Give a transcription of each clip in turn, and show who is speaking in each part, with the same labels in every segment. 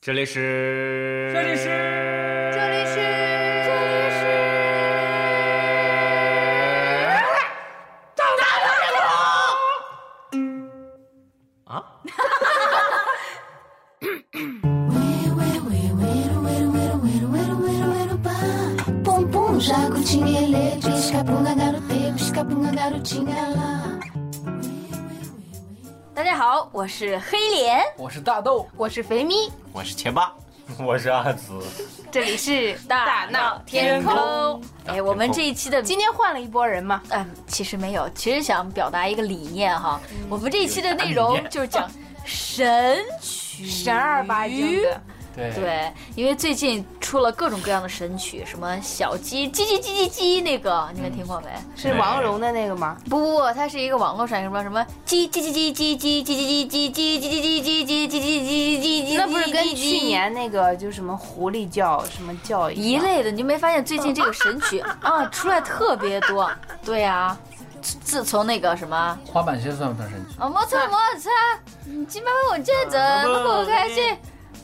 Speaker 1: 这里是，
Speaker 2: 这里是，
Speaker 3: 这里是，
Speaker 2: 这里是，赵大
Speaker 1: 人口啊。
Speaker 3: 大家好，我是黑脸，
Speaker 2: 我是大豆，
Speaker 4: 我是肥咪，
Speaker 1: 我是切巴， 我是阿紫。
Speaker 3: 这里是大闹天空。哎，我们这一期的
Speaker 4: 今天换了一波人嘛？
Speaker 3: 嗯，其实没有，其实想表达一个理念哈。我们这一期的内容就是讲神曲，
Speaker 4: 十二八经的。
Speaker 2: 对
Speaker 3: 对，因为最近出了各种各样的神曲，什么小鸡叽叽叽叽叽那个，你们听过没？
Speaker 4: 是王蓉的那个吗？
Speaker 3: 不不不，它是一个网络上什么什么叽叽叽叽叽叽叽叽叽叽叽叽叽叽叽叽叽叽叽，
Speaker 4: 那不是跟去年那个就什么狐狸叫什么叫
Speaker 3: 一
Speaker 4: 样？
Speaker 3: 类的，你就没发现最近这个神曲啊出来特别多？对呀，自自从那个什么啊
Speaker 5: 滑板鞋算不算神曲？
Speaker 3: 摩擦摩擦，你今晚我这怎么不开心？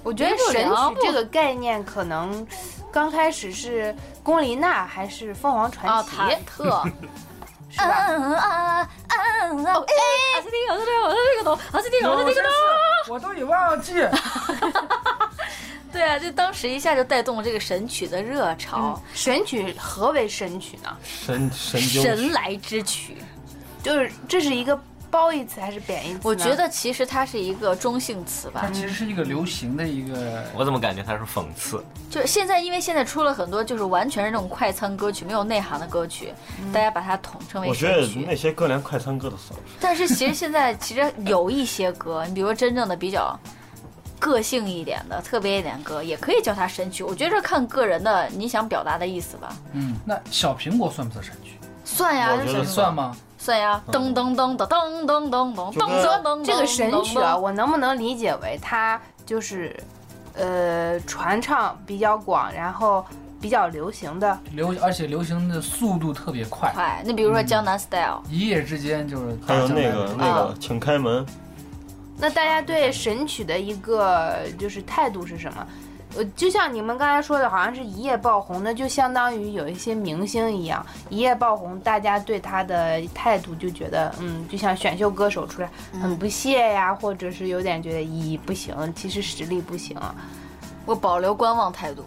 Speaker 4: 我觉得神曲这个概念可能刚开始是龚琳娜还是凤凰传
Speaker 3: 啊，
Speaker 4: 奇
Speaker 3: 忐忑。
Speaker 4: 是吧？
Speaker 3: 嗯啊嗯啊！哎，我是听我是听我是这个头，我是听我是这个头。
Speaker 5: 我都已忘记。
Speaker 3: 对啊，就当时一下就带动了这个神曲的热潮，
Speaker 4: 神曲何为神曲呢？
Speaker 5: 神神经
Speaker 3: 神来之曲。
Speaker 4: 就是这是一个褒义词还是贬义词呢？
Speaker 3: 我觉得其实它是一个中性词吧
Speaker 5: 它，其实是一个流行的一个，
Speaker 1: 我怎么感觉他是讽刺？
Speaker 3: 就是现在，因为现在出了很多就是完全是那种快餐歌曲，没有内涵的歌曲，大家把它统称为
Speaker 6: 我觉得
Speaker 3: 神曲。
Speaker 6: 那些歌连快餐歌都算不上。
Speaker 3: 嗯但是其实现在其实有一些歌， 你比如说真正的比较个性一点的、特别一点的歌，也可以叫它神曲。我觉得这看个人的你想表达的意思吧。
Speaker 5: 嗯，那小苹果算不算神曲？
Speaker 3: 算呀，
Speaker 6: 我觉
Speaker 3: 就是
Speaker 6: 得
Speaker 5: 算吗？
Speaker 3: 算呀，噔噔噔的噔噔噔噔噔噔噔。
Speaker 4: 这个神曲
Speaker 3: 嗯
Speaker 4: 啊，，我能不能理解为它就是，呃，传唱比较广，然后比较流行的？
Speaker 5: 流，而且流行的速度特别快，
Speaker 3: 快，你比如说《江南 Style》，
Speaker 5: 一夜之间就是
Speaker 3: 啊
Speaker 6: 还
Speaker 5: 大
Speaker 6: 有
Speaker 5: 江
Speaker 6: 那
Speaker 5: 南
Speaker 6: 个
Speaker 5: 北
Speaker 6: 那个，请开门，
Speaker 4: 那大家对神曲的一个就是态度是什么？呃，就像你们刚才说的，好像是一夜爆红，那就相当于有一些明星一样，一夜爆红，大家对他的态度就觉得，嗯，就像选秀歌手出来
Speaker 3: 嗯
Speaker 4: 很不屑呀，或者是有点觉得，咦，不行，其实实力不行啊。
Speaker 3: 我保留观望态度。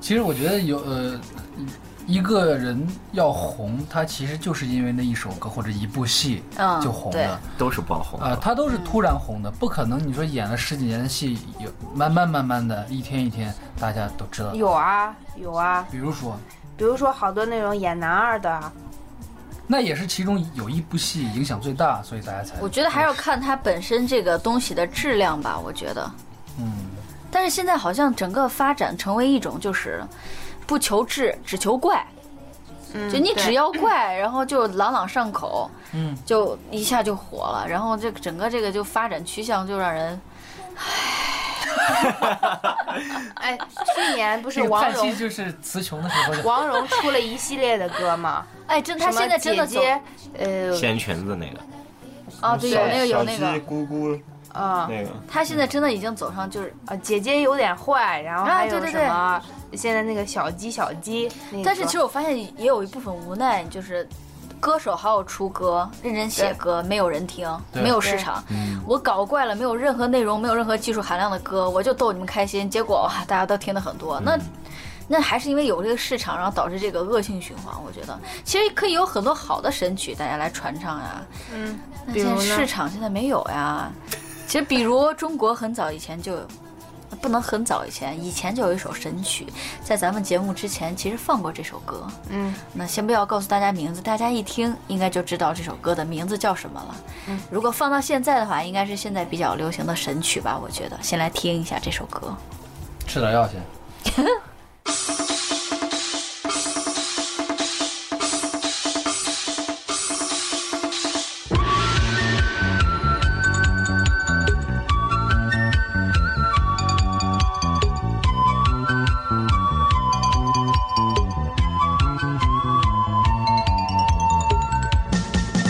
Speaker 5: 其实我觉得有呃，一个人要红，他其实就是因为那一首歌或者一部戏
Speaker 3: 嗯
Speaker 5: 就红
Speaker 3: 对
Speaker 5: 了。
Speaker 1: 都是爆红
Speaker 5: 啊，他都是突然红的，不可能。你说演了十几年的戏，有慢慢慢慢的，一天一天，大家都知道。
Speaker 4: 有啊，有啊，
Speaker 5: 比如说，
Speaker 4: 比如说好多那种演男二的啊，
Speaker 5: 那也是其中有一部戏影响最大，所以大家才
Speaker 3: 我觉得还要看它本身这个东西的质量吧，我觉得。
Speaker 5: 嗯，
Speaker 3: 但是现在好像整个发展成为一种就是不求质，只求怪，
Speaker 4: 嗯
Speaker 3: 就你只
Speaker 4: 对
Speaker 3: 要怪，然后就朗朗上口，
Speaker 5: 嗯，
Speaker 3: 就一下就火了，然后这个整个这个就发展趋向就让人
Speaker 4: 哎，去年不 是
Speaker 5: 这个
Speaker 4: 王
Speaker 5: 叹
Speaker 4: 蓉
Speaker 5: 气就是词穷的时候就，
Speaker 4: 王蓉出了一系列的歌 嘛，
Speaker 3: 哎，真
Speaker 4: 什
Speaker 3: 他
Speaker 4: 么
Speaker 3: 现在真的
Speaker 4: 姐
Speaker 3: 走
Speaker 4: 姐，呃
Speaker 1: 掀裙子那个，
Speaker 3: 啊，对，有那个有那
Speaker 6: 小鸡
Speaker 3: 个，嗯
Speaker 6: 咕咕
Speaker 4: 啊
Speaker 6: 那个，
Speaker 3: 他现在真的已经走上就是，
Speaker 4: 啊，姐姐有点坏，然后
Speaker 3: 啊
Speaker 4: 还
Speaker 3: 对
Speaker 4: 有
Speaker 3: 对
Speaker 4: 什
Speaker 3: 对
Speaker 4: 么、现在那个小鸡小鸡，那个
Speaker 3: 但是
Speaker 4: 歌
Speaker 3: 其实我发现也有一部分无奈，就是歌手好好出歌，认真写
Speaker 4: 对
Speaker 3: 歌，没有人听，
Speaker 5: 对
Speaker 3: 没有市场。我搞怪了，没有任何内容，没有任何技术含量的歌，我就逗你们开心，结果哇，大家都听的很多，那。那还是因为有这个市场，然后导致这个恶性循环。我觉得其实可以有很多好的神曲，大家来传唱呀、
Speaker 4: 嗯，
Speaker 3: 那
Speaker 4: 比
Speaker 3: 现
Speaker 4: 如
Speaker 3: 在
Speaker 4: 呢
Speaker 3: 市场现在没有呀。其实，比如中国很早以前就有，不能很早以前，以前就有一首神曲，在咱们节目之前其实放过这首歌。
Speaker 4: 嗯，
Speaker 3: 那先不要告诉大家名字，大家一听应该就知道这首歌的名字叫什么了。嗯，如果放到现在的话，应该是现在比较流行的神曲吧，我觉得。先来听一下这首歌。
Speaker 5: 吃点药先。
Speaker 3: 啊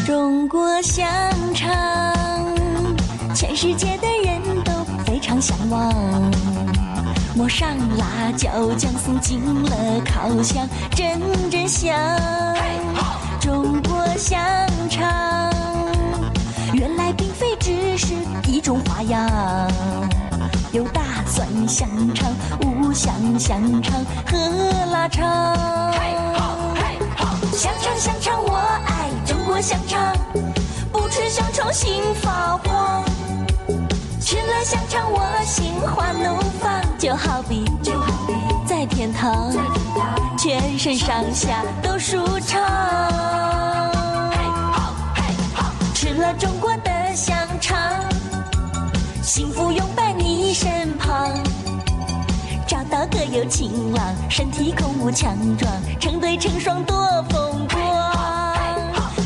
Speaker 7: 中国香肠，全世界的人都非常向往。抹上辣椒酱，送进了烤箱，阵阵香。中国香肠，原来并非只是一种花样。有大蒜香肠、五香香肠和腊肠。香肠香肠我爱中国香肠，不吃香肠心发慌。吃了香肠我心花怒放，就好比就好比在天堂，全身上下都舒畅。吃了中国的香肠，幸福永伴你身旁。找到个有情郎，身体孔武强壮，成对成双多风光。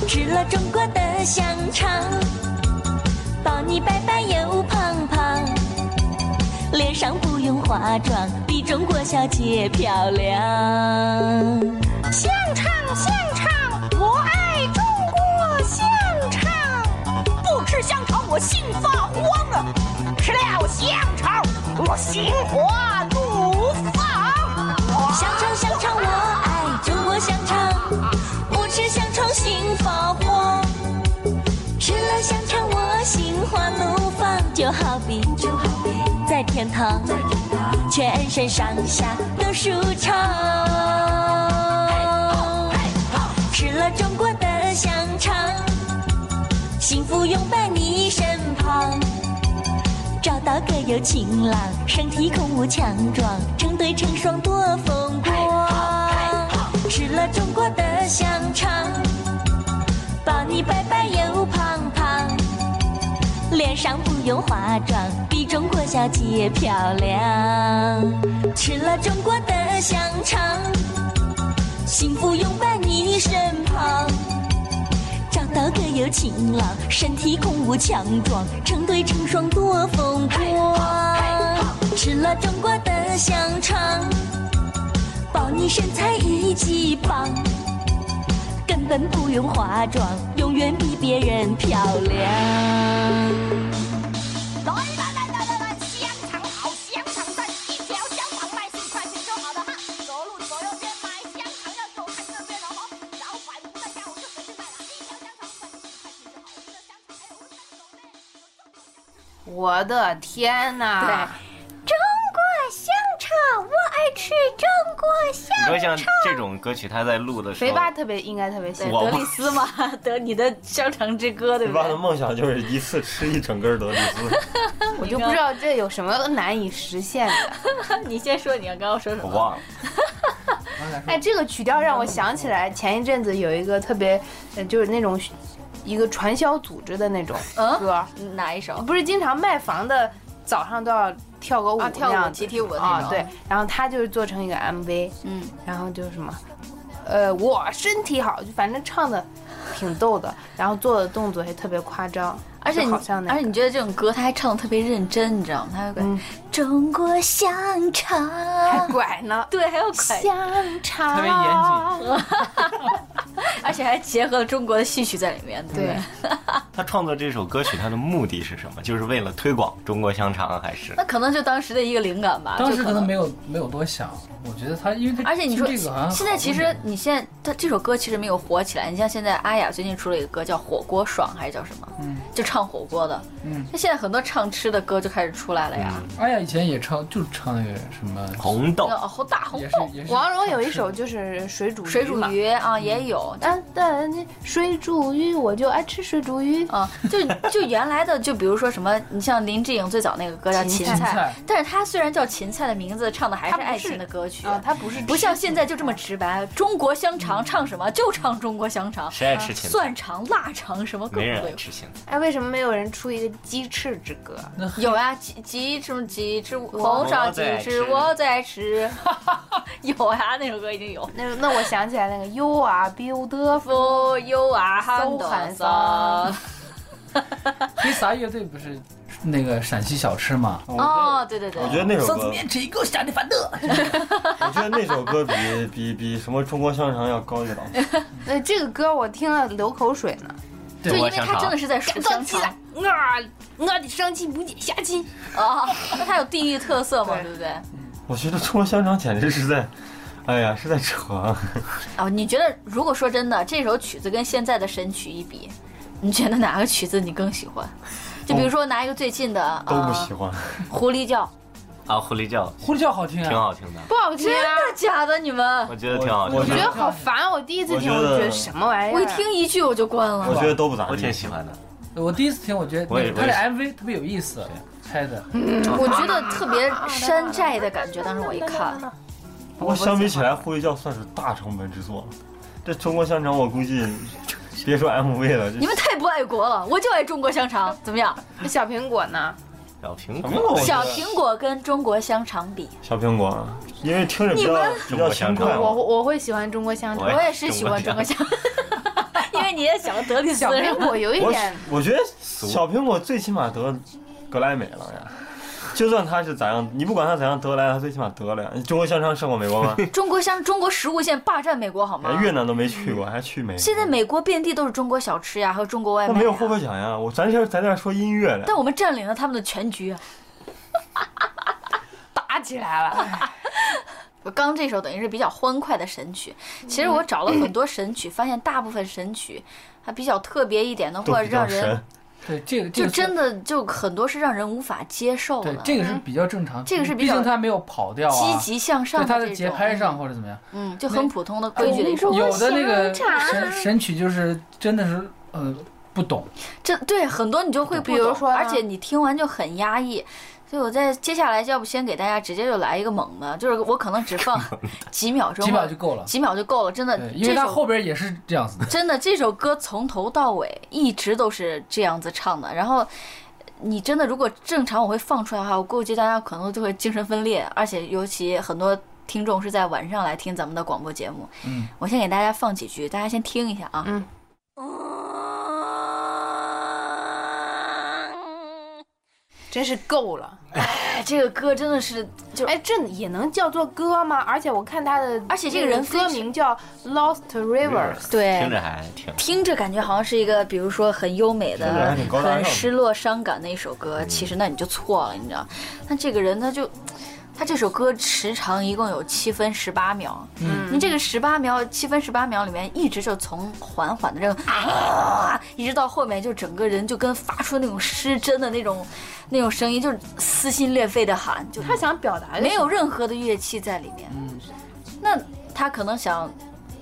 Speaker 7: 吃了中国的香肠。保你白白又胖胖，脸上不用化妆，比中国小姐漂亮。
Speaker 8: 香肠，香肠，我爱中国香肠。不吃香肠我心发慌啊，吃了香肠我心花怒放。
Speaker 7: 香肠香肠我爱中国香肠，不吃香肠心发慌。吃了香肠我心花怒放，就好比就好比在天堂，全身上下都舒畅。吃了中国的香肠，幸福永伴你身旁。找到个有情郎，身体孔武强壮，成对成双多风光。吃了中国的香肠，保你白白又胖胖，脸上不用化妆，比中国小姐漂亮。吃了中国的香肠，幸福永伴你身旁。找到个有情郎，身体孔武强壮，成对成双多风光。吃了中国的香肠，保你身材一级棒，根本不用化妆，永远比别人漂亮。
Speaker 8: 来来来来来来，香肠好，香肠赞，一条香肠卖十块钱就好了哈。走路左右边买香肠要左看右边哦，老板不在家我就随便买了，一条香肠赚十块钱就好。这香肠还有味道走嘞。
Speaker 4: 我的天哪！
Speaker 8: 中国香肠，我爱吃中国香
Speaker 1: 你说像这种歌曲，他在录的时
Speaker 4: 肥
Speaker 1: 候，
Speaker 4: 爸特别应该特别喜
Speaker 3: 对，
Speaker 4: 欢。
Speaker 1: 我
Speaker 3: 德丽丝嘛，德你的香肠之歌，对
Speaker 6: 你
Speaker 3: 不
Speaker 6: 爸的
Speaker 3: 对？
Speaker 6: 梦想就是一次吃一整根儿德丽兹，
Speaker 4: 我就不知道这有什么难以实现的。
Speaker 3: 你先说你要刚刚说什
Speaker 1: 我
Speaker 3: 么？
Speaker 1: 忘了。
Speaker 4: 哎，这个曲调让我想起来前一阵子有一个特别，呃就是那种一个传销组织的那种
Speaker 3: 嗯
Speaker 4: 歌儿，
Speaker 3: 哪一首？
Speaker 4: 不是经常卖房的早上都要跳个舞那
Speaker 3: 啊，跳舞
Speaker 4: 样子
Speaker 3: 集体舞的那
Speaker 4: 啊，
Speaker 3: 种。
Speaker 4: 对，然后他就是做成一个 MV，
Speaker 3: 嗯，
Speaker 4: 然后就是什么，呃，我身体好，就反正唱的挺逗 的，然后做的动作也特别夸张，
Speaker 3: 而且
Speaker 4: 就
Speaker 3: 你
Speaker 4: 好像那
Speaker 3: 而且
Speaker 4: 个
Speaker 3: 你觉得这种歌他还唱的特别认真，你知道吗？他还有个、
Speaker 4: 嗯
Speaker 3: 中国香肠，，
Speaker 4: 还拐呢
Speaker 3: 对，还有快，
Speaker 4: 香肠，
Speaker 5: 特别严
Speaker 4: 谨，
Speaker 3: 而且还结合了中国的戏曲在里面，对不
Speaker 4: 对
Speaker 3: 对？。
Speaker 1: 他创作这首歌曲，他的目的是什么？就是为了推广中国香肠，还是
Speaker 3: 那可能就当时的一个灵感吧，
Speaker 5: 当时
Speaker 3: 就
Speaker 5: 可能没有没有多想，我觉得他因为他
Speaker 3: 而且你
Speaker 5: 听
Speaker 3: 说
Speaker 5: 这个啊好像
Speaker 3: 现在其实你现在他这首歌其实没有火起来，你像现在阿雅最近出了一个歌叫《火锅爽》还是叫什么？
Speaker 5: 嗯，
Speaker 3: 就唱火锅的。
Speaker 5: 嗯，
Speaker 3: 那现在很多唱吃的歌就开始出来了呀，
Speaker 5: 哎呀以前也唱就唱那个什么，
Speaker 1: 红豆
Speaker 3: 那红大红
Speaker 5: 也是
Speaker 3: 豆、
Speaker 5: 也是
Speaker 4: 王蓉有一首就是水煮
Speaker 3: 水煮
Speaker 4: 嘛，
Speaker 3: 鱼啊也有，
Speaker 4: 但但那水煮鱼我就爱吃水煮鱼，
Speaker 3: 啊，就就原来的，就比如说什么，你像林志颖最早那个歌叫《
Speaker 4: 芹
Speaker 3: 芹
Speaker 4: 菜
Speaker 5: 芹菜
Speaker 3: 但是他虽然叫《芹菜》的名字，唱的还
Speaker 4: 它
Speaker 3: 是
Speaker 4: 不
Speaker 3: 爱
Speaker 4: 是
Speaker 3: 情的歌曲，
Speaker 4: 啊，它不是
Speaker 3: 嗯不像
Speaker 4: 吃
Speaker 3: 现在就这么直白。中国香肠唱什么就唱中国香肠，
Speaker 1: 谁爱吃芹菜
Speaker 3: 蒜肠、腊肠什么更
Speaker 1: 没人
Speaker 3: 会
Speaker 1: 爱
Speaker 3: 有。
Speaker 1: 吃芹菜。
Speaker 4: 哎，为什么没有人出一个鸡翅之歌？
Speaker 3: 有啊，几几什么几只红烧几只
Speaker 1: 我
Speaker 3: 我在吃， 有啊，那首歌已 经有。
Speaker 4: 那那我想起来那个啊 You are beautiful，
Speaker 3: 不忧啊，
Speaker 4: 搜喊
Speaker 3: 汉德
Speaker 4: 桑
Speaker 3: 桑。
Speaker 5: 黑撒乐队不是那个陕西小吃嘛？
Speaker 3: 哦，对对对，
Speaker 6: 我觉得那首
Speaker 5: 上次
Speaker 6: 歌，
Speaker 5: 面吃一个陕的饭的，
Speaker 6: 我觉得那首歌比比比什么中国香肠要高一 档。
Speaker 4: 那这个歌我听了流口水呢。
Speaker 5: 对
Speaker 3: 就因
Speaker 1: 我
Speaker 3: 为
Speaker 1: 想
Speaker 3: 他
Speaker 1: 尝
Speaker 3: 真的 是在说香肠。呃
Speaker 4: 我我的上气不接下气。
Speaker 3: 哦 啊，那它有地域特色嘛，
Speaker 4: 对
Speaker 3: 对不对？
Speaker 6: 我觉得中国香肠简直是在，哎呀，是在扯啊。
Speaker 3: 啊，你觉得如果说真的，这首曲子跟现在的神曲一比，你觉得哪个曲子你更喜欢？就比如说拿一个最近的，
Speaker 6: 都不
Speaker 3: 呃
Speaker 6: 喜欢。
Speaker 3: 狐狸叫，
Speaker 1: 啊，狐狸叫
Speaker 5: 呼噜叫好听
Speaker 1: 挺
Speaker 5: 啊，
Speaker 1: 好听的，
Speaker 4: 不好听啊！
Speaker 3: 真的假的？你们，
Speaker 1: 我觉得挺好
Speaker 6: 我
Speaker 4: 我
Speaker 1: 听
Speaker 4: 觉
Speaker 1: 的，
Speaker 4: 得好烦，我第一次听，
Speaker 6: 我
Speaker 4: 我
Speaker 6: 觉得
Speaker 4: 觉得什么玩意儿？
Speaker 3: 我一听一句我就关
Speaker 6: 我
Speaker 3: 了。
Speaker 6: 觉得都不咋地。
Speaker 1: 我挺喜欢的。
Speaker 5: 我第一次听，我觉得
Speaker 1: 我
Speaker 5: 那
Speaker 1: 也
Speaker 5: 个他的 MV 特别有意思，拍的。
Speaker 3: 嗯我觉得特别山寨的感觉，当时我一看，
Speaker 6: 不过相比起来，呼噜叫算是大成本制作了。这中国香肠，我估 计别说 MV 了，这
Speaker 3: 你们太不爱国了，我就爱中国香肠，怎么样？
Speaker 4: 那小苹果呢？
Speaker 1: 小苹
Speaker 6: 什么了？
Speaker 1: 果
Speaker 6: 我觉
Speaker 3: 小
Speaker 6: 得
Speaker 3: 苹果跟中国香肠比，
Speaker 6: 小苹果啊，因为听着比较比
Speaker 1: 中
Speaker 6: 较轻快啊
Speaker 1: 国香肠
Speaker 6: 嘛
Speaker 4: 我。我会喜欢中国香肠
Speaker 1: 我。
Speaker 3: 我也是喜欢中国香， 因为你也想德累斯
Speaker 4: 小苹
Speaker 3: 人。
Speaker 4: 果有一
Speaker 6: 我
Speaker 4: 点，
Speaker 6: 我觉得小苹果最起码得格莱美了呀。就算他是咋样，你不管他咋样得来，他最起码得了呀。中国香肠上过美 国吗？
Speaker 3: 中国香，中国食物线霸占美国好吗
Speaker 6: 哎连？越南都没去过，还去美国？
Speaker 3: 啊现在美国遍地都是中国小吃呀，还有中国外卖
Speaker 6: 那
Speaker 3: 呀。
Speaker 6: 没有获客奖呀。我咱这咱这说音乐了，
Speaker 3: 但我们占领了他们的全局 啊！
Speaker 4: 打起来了。
Speaker 5: 哎
Speaker 3: 我刚这首等于是比较欢快的神曲，其实我找了很多神曲，发现大部分神曲还比较特别一点的，
Speaker 6: 都
Speaker 3: 或者
Speaker 6: 比较
Speaker 3: 让人啊
Speaker 6: 神。
Speaker 5: 对，这个这
Speaker 3: 就
Speaker 5: 个
Speaker 3: 真的就很多是让人无法接受
Speaker 5: 对
Speaker 3: 的，
Speaker 5: 这个是比较正常，
Speaker 3: 这个是比
Speaker 5: 毕
Speaker 3: 较
Speaker 5: 竟他没有跑调
Speaker 3: 积
Speaker 5: 啊，
Speaker 3: 极向上
Speaker 5: 对他
Speaker 3: 这
Speaker 5: 的
Speaker 3: 种
Speaker 5: 节拍，上或者怎么样，
Speaker 3: 嗯，就很普通的规矩的一首。
Speaker 5: 有的那个
Speaker 4: 香肠
Speaker 5: 神神曲就是真的是呃不懂，
Speaker 3: 这对很多你就会不
Speaker 4: 比如
Speaker 3: 懂
Speaker 4: 说呢
Speaker 3: 而且你听完就很压抑。所以我在接下来，要不先给大家直接就来一个猛的，就是我可能只 放几秒钟，
Speaker 5: 几秒就够了。
Speaker 3: 几秒就够了，真的
Speaker 5: 对，。因
Speaker 3: 这
Speaker 5: 为他
Speaker 3: 首
Speaker 5: 后边也是这样子的。
Speaker 3: 真的，这首歌从头到尾一直都是这样子唱的。然后，你真的如果正常我会放出来的话，我估计大家可能就会精神分裂，而且尤其很多听众是在晚上来听咱们的广播节目。
Speaker 5: 嗯，
Speaker 3: 我先给大家放几句，大家先听一下啊。
Speaker 4: 真是够了。
Speaker 3: 哎，这个歌真的是就
Speaker 4: 哎，这也能叫做歌吗？而且我看他的，
Speaker 3: 而且这个人非
Speaker 4: 歌
Speaker 3: 常
Speaker 4: 名叫 Lost Rivers，
Speaker 1: 听
Speaker 3: 对。
Speaker 1: 着还挺
Speaker 3: 听着感觉好像是一个，比如说很优美
Speaker 6: 听着
Speaker 3: 的
Speaker 6: 还挺、高大上
Speaker 3: 很
Speaker 6: 的嗯
Speaker 3: 失落、伤感的一首歌，其实那你就错了，你知道？那这个人他就，他这首歌时长一共有七分十八秒，
Speaker 6: 嗯
Speaker 3: 你这个十八秒七分十八秒里面，一直就从缓缓的这种啊，一直到后面就整个人就跟发出那种失真的那种那种声音，就是撕心裂肺的喊，就
Speaker 4: 他想表达的是
Speaker 3: 没有任何的乐器在里面。
Speaker 6: 嗯
Speaker 3: 那他可能想，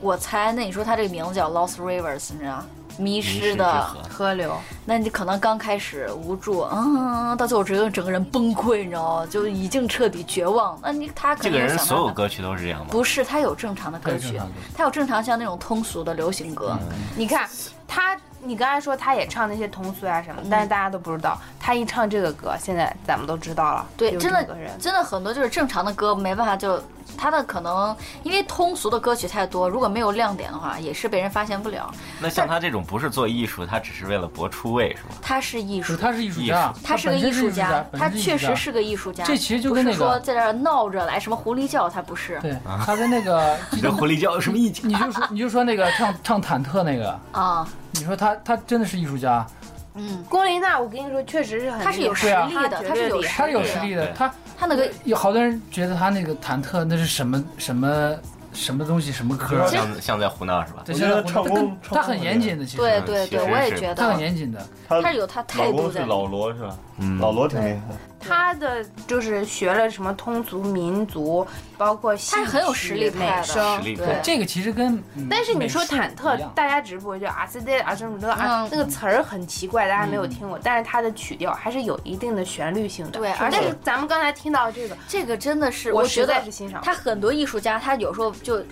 Speaker 3: 我猜，那你说他这个名字叫 Lost Rivers，你知道吗？迷
Speaker 1: 迷
Speaker 3: 失
Speaker 1: 之
Speaker 3: 的，
Speaker 1: 河
Speaker 4: 河流，
Speaker 3: 那你可能刚开始无助，嗯，到最后整个整个人崩溃，你知道吗？就已经彻底绝望。那你他可
Speaker 1: 这个
Speaker 3: 能
Speaker 1: 人
Speaker 3: 想到
Speaker 1: 所有
Speaker 3: 他
Speaker 1: 歌曲都是这样吗？
Speaker 3: 不是，他有正常的歌
Speaker 5: 对正
Speaker 3: 曲
Speaker 5: 常歌，嗯
Speaker 3: 他有正常像那种通俗的流行歌。
Speaker 4: 你看他，你刚才说他也唱那些童俗啊什么，
Speaker 3: 嗯
Speaker 4: 但是大家都不知道，他一唱这个歌，现在咱们都知道了。
Speaker 3: 对，
Speaker 4: 有
Speaker 3: 真
Speaker 4: 这个
Speaker 3: 的
Speaker 4: 人，
Speaker 3: 真的很多就是正常的歌没办法就，他的可能因为通俗的歌曲太多，如果没有亮点的话，也是被人发现不了。
Speaker 1: 那像他这种不是做艺术，他只是为了博出位是吗？
Speaker 3: 他是艺
Speaker 5: 不
Speaker 3: 术
Speaker 5: 是，，他是艺术家，
Speaker 3: 他是个
Speaker 5: 本身
Speaker 3: 艺
Speaker 5: 是艺
Speaker 3: 术
Speaker 5: 术家，本
Speaker 3: 他
Speaker 5: 身
Speaker 3: 确
Speaker 5: 艺术
Speaker 3: 实
Speaker 5: 家
Speaker 3: 是个艺术家。
Speaker 5: 这其实就跟那
Speaker 3: 不是说
Speaker 5: 个
Speaker 3: 在这儿闹着来什么狐狸叫，他不是
Speaker 5: 对，他跟那个，
Speaker 1: 你这狐狸叫有什么意 见？
Speaker 5: 你就说你就说那个唱唱忐忑那个，
Speaker 3: 啊，
Speaker 5: 你说他他真的是艺术家，
Speaker 3: 嗯，
Speaker 4: 龚琳娜，我跟你说，确实是很厉害，
Speaker 3: 他是有实
Speaker 5: 对啊
Speaker 3: 力的，
Speaker 4: 他
Speaker 3: 他
Speaker 4: 绝
Speaker 3: 是有
Speaker 4: 对厉害
Speaker 5: 他是有实力的，
Speaker 1: 对
Speaker 5: 他
Speaker 3: 他那个
Speaker 5: 有好多人觉得他那个忐忑那是什么什么什么东西什么歌儿，
Speaker 1: 像像在胡闹是吧？
Speaker 5: 对
Speaker 6: 我
Speaker 5: 现
Speaker 6: 觉
Speaker 5: 在
Speaker 6: 得
Speaker 5: 我
Speaker 6: 唱
Speaker 5: 他
Speaker 6: 功
Speaker 5: 跟
Speaker 6: 唱
Speaker 5: 他
Speaker 6: 功
Speaker 5: 很
Speaker 6: 很
Speaker 5: 严谨的，其实
Speaker 3: 对对对，
Speaker 1: 其实
Speaker 3: 我也
Speaker 1: 是
Speaker 3: 觉
Speaker 5: 他很
Speaker 3: 得
Speaker 5: 严谨的，
Speaker 6: 他
Speaker 3: 他是有他态
Speaker 6: 老
Speaker 3: 度
Speaker 6: 公是
Speaker 3: 在里
Speaker 6: 老
Speaker 3: 面。
Speaker 6: 罗是吧？
Speaker 1: 嗯
Speaker 6: 老罗挺厉害的。
Speaker 4: 他的就是学了什么通俗民族，包括戏
Speaker 3: 他是很有实
Speaker 4: 曲
Speaker 3: 力派
Speaker 4: 美
Speaker 3: 的
Speaker 4: 声，
Speaker 1: 实力派
Speaker 4: 对
Speaker 1: 对
Speaker 5: 这个其实跟嗯
Speaker 4: 但是你说
Speaker 5: 美术
Speaker 4: 忐忑
Speaker 5: 一样，
Speaker 4: 大家只不过就啊斯德啊什么什么啊
Speaker 3: 嗯，
Speaker 4: 那个词儿很奇怪，大家没有听过。但是它的曲调还是有一定的旋律性的。
Speaker 3: 对而且
Speaker 4: 但是咱们刚才听到这个，
Speaker 3: 这个真的是，
Speaker 4: 我
Speaker 3: 觉
Speaker 4: 实
Speaker 3: 得
Speaker 4: 在是欣赏。
Speaker 3: 他很多艺术家，他有时候就，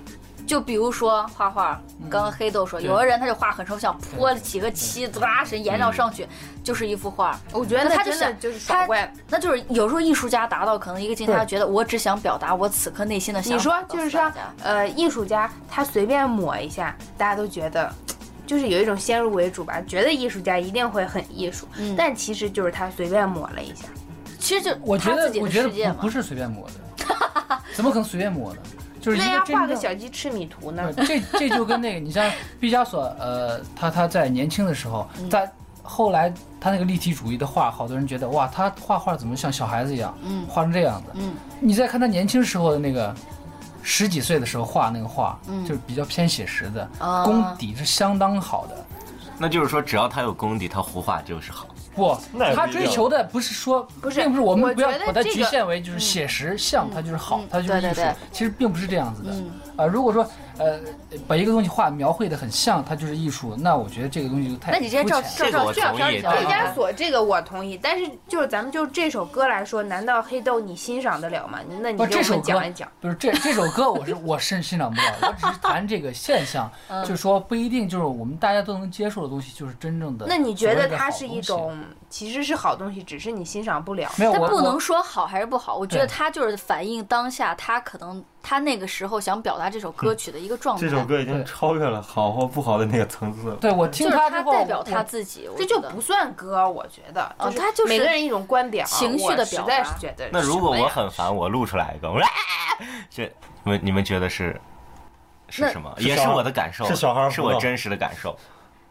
Speaker 3: 就比如说画画，刚刚黑豆说，有的人他就画很抽象，泼了几个漆，拉神颜料上去，就是一幅画。
Speaker 4: 我觉得
Speaker 3: 那
Speaker 4: 那
Speaker 3: 他就
Speaker 4: 真的
Speaker 3: 想
Speaker 4: 就是爽快。
Speaker 3: 那就是有时候艺术家达到可能一个境界，他觉得我只想表达我此刻内心的想
Speaker 4: 你
Speaker 3: 法。
Speaker 4: 说就是
Speaker 3: 告诉大
Speaker 4: 说
Speaker 3: 家，
Speaker 4: 呃，艺术家他随便抹一下，大家都觉得。就是有一种先入为主吧，觉得艺术家一定会很艺术，
Speaker 3: 嗯
Speaker 4: 但其实就是他随便抹了一下。
Speaker 3: 其实就
Speaker 5: 我觉
Speaker 3: 他自
Speaker 5: 得
Speaker 3: 己
Speaker 5: 我
Speaker 3: 的
Speaker 5: 觉
Speaker 3: 世界
Speaker 5: 得不
Speaker 3: 嘛
Speaker 5: 不。是随便抹的， 怎么可能随便抹呢？就是一
Speaker 4: 对呀
Speaker 5: 个，真
Speaker 4: 画个
Speaker 5: 正嗯
Speaker 4: 小鸡吃米图呢，
Speaker 3: 嗯
Speaker 5: 对这这就跟那个，你像毕加索，呃，他他在年轻的时候，在后来他那个立体主义的画，好多人觉得哇，他画画怎么像小孩子一样，
Speaker 3: 嗯
Speaker 5: 画成这样子。
Speaker 3: 嗯，
Speaker 5: 你再看他年轻时候的那个，十几岁的时候画那个画，
Speaker 3: 嗯
Speaker 5: 就是比较偏写实的，
Speaker 3: 啊
Speaker 5: 功底是相当好的。
Speaker 1: 那就是说，只要他有功底，他胡画就是好。
Speaker 5: 不
Speaker 6: 那也，不
Speaker 5: 他
Speaker 6: 一
Speaker 5: 追
Speaker 6: 定
Speaker 5: 求的不是说，
Speaker 4: 不是
Speaker 5: 并不是我
Speaker 4: 我
Speaker 5: 们不要
Speaker 4: 觉得
Speaker 5: 把它
Speaker 4: 这
Speaker 5: 局
Speaker 4: 个嗯
Speaker 5: 限为就是写实像，它就是好
Speaker 3: 嗯，
Speaker 5: 它就是
Speaker 3: 对
Speaker 5: 艺术
Speaker 3: 对对。
Speaker 5: 其实并不是这样子的
Speaker 3: 嗯。
Speaker 5: 啊，如果说呃把一个东西画描绘的很像，它就是艺术，那我觉得这个东西就太
Speaker 3: 那你直接照
Speaker 5: 肤浅
Speaker 3: 照
Speaker 1: 这个
Speaker 3: 照
Speaker 1: 我
Speaker 3: 照
Speaker 1: 同
Speaker 3: 片
Speaker 1: 意
Speaker 3: 就
Speaker 1: 对
Speaker 4: 毕
Speaker 3: 行
Speaker 4: 加
Speaker 3: 了。
Speaker 4: 索这个我同意，但是就是咱们就这首歌来说，难道黑豆你欣赏得了吗？那你
Speaker 5: 不，
Speaker 4: 给
Speaker 5: 这
Speaker 4: 我
Speaker 5: 首
Speaker 4: 们
Speaker 5: 歌
Speaker 4: 讲一讲。
Speaker 5: 不是这这首歌，我是我是欣赏不了，我只是谈这个现象，
Speaker 4: 嗯
Speaker 5: 就是说不一定就是我们大家都能接受的东西，就是真正的。
Speaker 4: 那你觉得它是一？种其实是好东西，只是你欣赏不了？
Speaker 5: 没有，
Speaker 3: 他
Speaker 5: 我
Speaker 3: 不
Speaker 5: 我
Speaker 3: 能说好还是不好，我觉得
Speaker 5: 对
Speaker 3: 他就是反映当下他可能他那个时候想表达这首歌曲的一个状态，
Speaker 6: 这首歌已经
Speaker 5: 对
Speaker 6: 超越了好或不好的那个层次了。
Speaker 5: 对我
Speaker 3: 就
Speaker 5: 听
Speaker 3: 是
Speaker 5: 他
Speaker 3: 他嗯
Speaker 5: 之后，
Speaker 3: 代表
Speaker 5: 我
Speaker 3: 他自己，我
Speaker 4: 这
Speaker 3: 觉
Speaker 4: 就
Speaker 3: 得
Speaker 4: 不算歌，我觉得。
Speaker 3: 哦它就是
Speaker 4: 每个人一种观点啊，
Speaker 3: 情绪的
Speaker 4: 我实
Speaker 3: 表达
Speaker 4: 在是觉得。
Speaker 1: 那如果我，很烦，我录出来一个，我说，这你们你们觉得是是
Speaker 3: 那
Speaker 1: 什么？
Speaker 6: 是
Speaker 1: 也
Speaker 6: 小
Speaker 1: 是
Speaker 6: 孩
Speaker 1: 我的感受，
Speaker 6: 是小孩儿
Speaker 1: 是
Speaker 6: 胡
Speaker 1: 我
Speaker 6: 闹
Speaker 1: 真实的感受。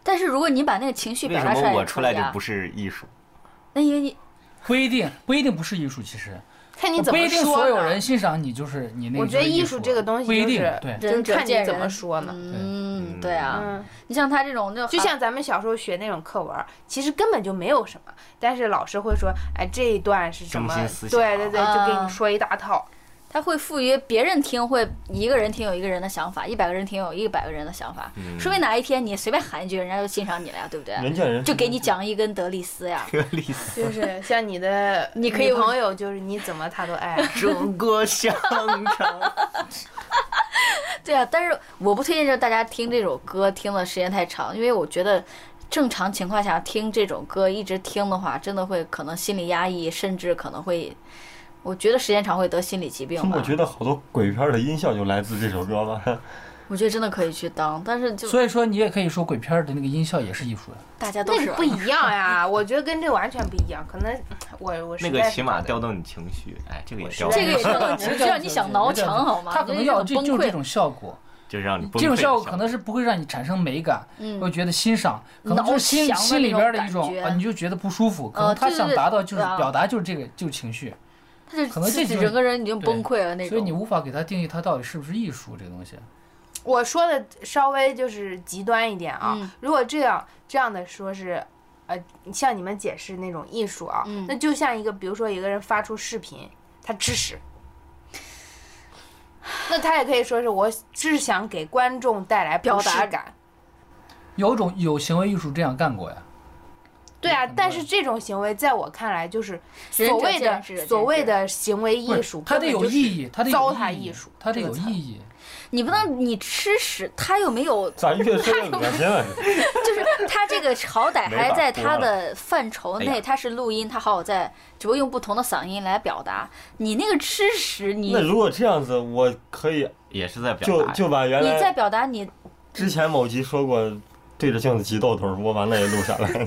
Speaker 3: 但是如果你把那个情绪
Speaker 1: 为
Speaker 3: 表
Speaker 1: 什
Speaker 3: 达
Speaker 1: 么
Speaker 3: 来，
Speaker 1: 我出来就不
Speaker 3: 是？
Speaker 1: 是艺术？
Speaker 3: 啊那因为你
Speaker 5: 不一定不一定不是艺术，其实
Speaker 4: 看你怎
Speaker 5: 不
Speaker 4: 么
Speaker 5: 一
Speaker 4: 说
Speaker 5: 定所有
Speaker 4: 呢
Speaker 5: 人欣赏你就是你那个
Speaker 4: 我
Speaker 5: 就是
Speaker 4: 觉
Speaker 5: 啊。
Speaker 4: 得艺术这个东西
Speaker 5: 不一定
Speaker 4: 就是
Speaker 5: 对。
Speaker 4: 就是
Speaker 3: 人可
Speaker 4: 看
Speaker 3: 见
Speaker 4: 你怎么
Speaker 3: 人
Speaker 4: 说呢。
Speaker 3: 嗯，对啊，
Speaker 4: 嗯，
Speaker 3: 你像他这种就
Speaker 4: 就
Speaker 3: 好
Speaker 4: 像咱们小时候学那种课文，其实根本就没有什么，但是老师会说，哎，这一段是什么
Speaker 1: 中心思？想
Speaker 4: 对对对，就给
Speaker 3: 啊
Speaker 4: 你说一大套。
Speaker 3: 他会赋予别人听，会一个人听有一个人的想法，一百个人听有一百个人的想法，
Speaker 1: 嗯
Speaker 3: 说明哪一天你随便喊一句，人家就欣赏你了呀，对不对？
Speaker 6: 人见人
Speaker 3: 就给你讲一根德利斯呀，
Speaker 1: 格里斯，
Speaker 4: 就是像 你的
Speaker 3: 你可以
Speaker 4: 女朋友，就是你怎么他都 爱。
Speaker 1: 中国香肠。
Speaker 3: 对啊，但是我不推荐就是大家听这首歌听的时间太长，因为我觉得正常情况下听这种歌一直听的话，真的会可能心理压抑，甚至可能会，我觉得时间长会得心理疾病吧。
Speaker 6: 我觉得好多鬼片的音效就来自这首歌吧。
Speaker 3: 我觉得真的可以去当，但是就
Speaker 5: 所以说，你也可以说鬼片儿的那个音效也是艺术的。
Speaker 3: 大家都
Speaker 4: 那
Speaker 3: 是
Speaker 4: 个不一样呀，我觉得跟这完全不一样。可能我我实
Speaker 1: 那
Speaker 4: 在
Speaker 1: 个
Speaker 4: 是
Speaker 1: 起码
Speaker 4: 觉得
Speaker 1: 调动你情绪，哎，这个也
Speaker 4: 我实
Speaker 1: 调动
Speaker 3: 这
Speaker 1: 你，
Speaker 3: 个也叫做情绪，让你想挠墙好吗？
Speaker 5: 他可能要这
Speaker 3: 你
Speaker 5: 就
Speaker 3: 就是是很崩
Speaker 5: 这
Speaker 3: 溃。
Speaker 5: 种效果，
Speaker 1: 就让你崩溃
Speaker 5: 这种
Speaker 1: 的
Speaker 5: 效
Speaker 1: 效
Speaker 5: 果可能是不会让你产生美感，
Speaker 3: 嗯
Speaker 5: 会觉得欣赏，可能
Speaker 3: 挠
Speaker 5: 就是心
Speaker 3: 墙的
Speaker 5: 心
Speaker 3: 那
Speaker 5: 里
Speaker 3: 种
Speaker 5: 边的一
Speaker 3: 感
Speaker 5: 种
Speaker 3: 觉
Speaker 5: 啊，你就觉得不舒服。可
Speaker 3: 呃
Speaker 5: 能他
Speaker 3: 对对
Speaker 5: 想
Speaker 3: 对
Speaker 5: 达到就是
Speaker 3: 对啊
Speaker 5: 表达就是这个就是情绪，
Speaker 3: 他就
Speaker 5: 可能
Speaker 3: 自
Speaker 5: 这
Speaker 3: 己
Speaker 5: 就是
Speaker 3: 整个人已经
Speaker 5: 对
Speaker 3: 崩溃了那种。
Speaker 5: 所以你无法给他定义他到底是不是艺术这个东西。
Speaker 4: 我说的稍微就是极端一点啊。
Speaker 3: 嗯
Speaker 4: 如果这样这样的说是，呃，像你们解释那种艺术啊，
Speaker 3: 嗯
Speaker 4: 那就像一个，比如说一个人发出视频，他支持。那他也可以说是我是想给观众带来
Speaker 3: 表
Speaker 4: 不适
Speaker 3: 达
Speaker 4: 感，
Speaker 5: 有种有行为艺术这样干过呀，
Speaker 4: 对啊，但是这种行为在我看来就是
Speaker 3: 仁
Speaker 4: 所
Speaker 3: 者
Speaker 4: 谓的
Speaker 3: 见智
Speaker 4: 所谓的行为艺术，
Speaker 5: 他得
Speaker 4: 根本
Speaker 5: 有
Speaker 4: 就是
Speaker 5: 意义，他得有
Speaker 4: 糟
Speaker 5: 意
Speaker 4: 蹋
Speaker 5: 义
Speaker 4: 艺术，
Speaker 5: 他得有意
Speaker 4: 义。
Speaker 5: 义。
Speaker 3: 你不能你吃屎，他又没有
Speaker 6: 咋越说越恶心 了？
Speaker 3: 就是他这个好歹
Speaker 6: 没
Speaker 3: 还
Speaker 6: 法
Speaker 3: 在
Speaker 6: 播
Speaker 3: 他
Speaker 6: 了
Speaker 3: 的范畴
Speaker 1: 哎
Speaker 3: 内，
Speaker 1: 呀
Speaker 3: 他是录音，他好好在，只不过用不同的嗓音来表达。你那个吃屎，你
Speaker 6: 那如果这样子，我可以
Speaker 1: 也是在表
Speaker 6: 就
Speaker 1: 达。
Speaker 6: 就把原
Speaker 3: 你在
Speaker 6: 来
Speaker 3: 表达你，
Speaker 6: 之前某集说过对着镜子挤痘痘，我把那也录下 来。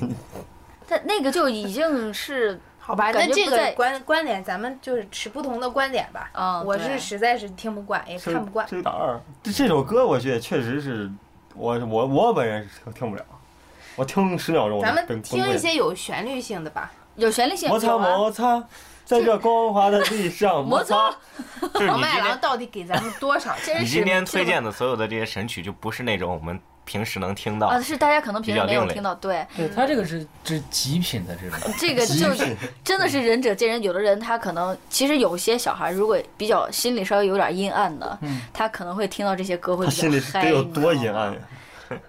Speaker 3: 他那个就已经是
Speaker 4: 好吧，
Speaker 3: 感
Speaker 4: 那这
Speaker 3: 觉不在
Speaker 4: 个观观点咱们就是持不同的观点吧。
Speaker 3: 啊
Speaker 4: 我
Speaker 3: 对
Speaker 4: 是实在是听不惯，也看不惯。
Speaker 6: 这打二，这这首歌我觉得确实是我我我本人是听听不了，我听十秒钟我
Speaker 4: 咱
Speaker 6: 就
Speaker 4: 们
Speaker 6: 崩崩
Speaker 4: 听
Speaker 6: 溃
Speaker 4: 一
Speaker 6: 了。
Speaker 4: 些有旋律性的吧。
Speaker 3: 有旋律性。
Speaker 6: 摩擦
Speaker 3: 有啊
Speaker 6: 摩擦，在这光滑的 地上摩擦。
Speaker 1: 就是
Speaker 4: 王
Speaker 1: 你
Speaker 4: 麦
Speaker 1: 今
Speaker 4: 郎
Speaker 1: 天
Speaker 4: 到底给咱们多少？真
Speaker 1: 你
Speaker 4: 是
Speaker 1: 今天
Speaker 4: 听
Speaker 1: 推
Speaker 4: 不
Speaker 1: 荐的所有的这些神曲，就不是那种我们平时能听到
Speaker 3: 啊，
Speaker 1: 的。
Speaker 3: 是大家可能平时
Speaker 1: 比较
Speaker 3: 没有
Speaker 1: 另类
Speaker 3: 听到， 对，
Speaker 5: 对他这个是是极品的这种。
Speaker 3: 这个就真的是仁者见仁。有的人他可能其实有些小孩如果比较心里稍微有点阴暗的，
Speaker 5: 嗯
Speaker 3: 他可能会听到这些歌会
Speaker 6: 他
Speaker 3: 比较
Speaker 6: 心里
Speaker 3: 嗨
Speaker 6: 得有多
Speaker 3: 你知
Speaker 6: 阴
Speaker 3: 道吗
Speaker 6: 暗呀？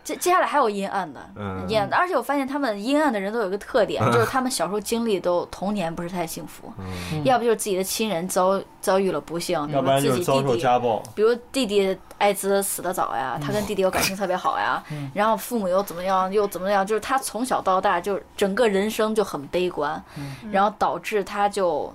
Speaker 3: 接接下来还有阴暗的，
Speaker 1: 嗯
Speaker 3: 阴暗的，而且我发现他们阴暗的人都有一个 特点，就是他们小时候经历都童年不是太幸福，
Speaker 4: 嗯
Speaker 3: 要不就是自己的亲人遭遭遇了不幸，比
Speaker 6: 要
Speaker 3: 如
Speaker 6: 不然就
Speaker 3: 自
Speaker 6: 是
Speaker 3: 己
Speaker 6: 遭
Speaker 3: 弟
Speaker 6: 受
Speaker 3: 弟。
Speaker 6: 家暴。
Speaker 3: 比如弟弟艾滋死得早呀，他跟
Speaker 4: 嗯
Speaker 3: 弟弟又感情特别好 呀，
Speaker 6: 嗯
Speaker 3: 然后父母又怎么样又怎么样，就是他从小到大就是整个人生就很悲观，
Speaker 6: 嗯
Speaker 3: 然后导致他就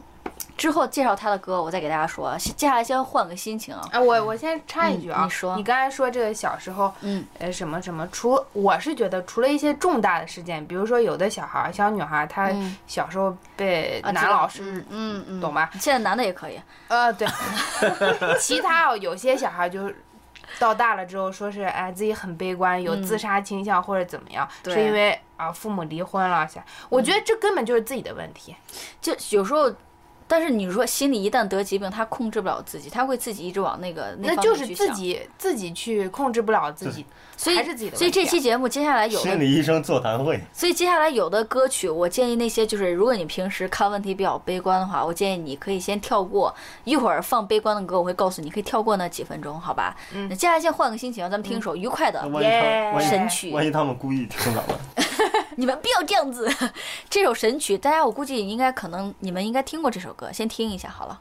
Speaker 3: 之后介绍他的歌，我再给大家说啊，先接下来先换个心情啊，
Speaker 4: 哎，我我先插一句啊，
Speaker 3: 嗯你说
Speaker 4: 你刚才说这个小时候，
Speaker 3: 嗯，
Speaker 4: 呃，什么什么，除我是觉得除了一些重大的事件，比如说有的小孩儿、小女孩儿，她
Speaker 3: 嗯
Speaker 4: 小时候被
Speaker 3: 啊
Speaker 4: 男老师，
Speaker 3: 嗯嗯，
Speaker 4: 懂吧？
Speaker 3: 现在男的也可以，
Speaker 4: 呃，对，其他哦有些小孩就是到大了之后说是哎自己很悲观，有自杀倾向或者怎么样，
Speaker 3: 嗯对嗯
Speaker 4: 是因为啊父母离婚了啥？我觉得这根本就是自己的问题。
Speaker 3: 就有时候，但是你说心里一旦得疾病，他控制不了自己，他会自己一直往那个
Speaker 4: 那
Speaker 3: 方
Speaker 4: 就
Speaker 3: 面
Speaker 4: 是
Speaker 3: 去
Speaker 4: 自
Speaker 3: 想，
Speaker 4: 己自己去控制不了自己，
Speaker 3: 所以
Speaker 4: 还是自己的
Speaker 3: 所以
Speaker 4: 问题啊
Speaker 3: 这期节目接下来有的
Speaker 6: 心理医生座谈会，
Speaker 3: 所以接下来有的歌曲，我建议那些就是，如果你平时看问题比较悲观的话，我建议你可以先跳过，一会儿放悲观的歌，我会告诉你可以跳过那几分钟，好吧？
Speaker 4: 嗯
Speaker 3: 那接下来先换个心情，啊咱们听一首愉快的
Speaker 6: 那万一他万
Speaker 3: 神
Speaker 6: 一
Speaker 3: 曲。
Speaker 6: 万一他们故意听到了，
Speaker 3: 你们不要这样子。这首神曲，大家我估计应该可能你们应该听过这首歌，先听一下好了。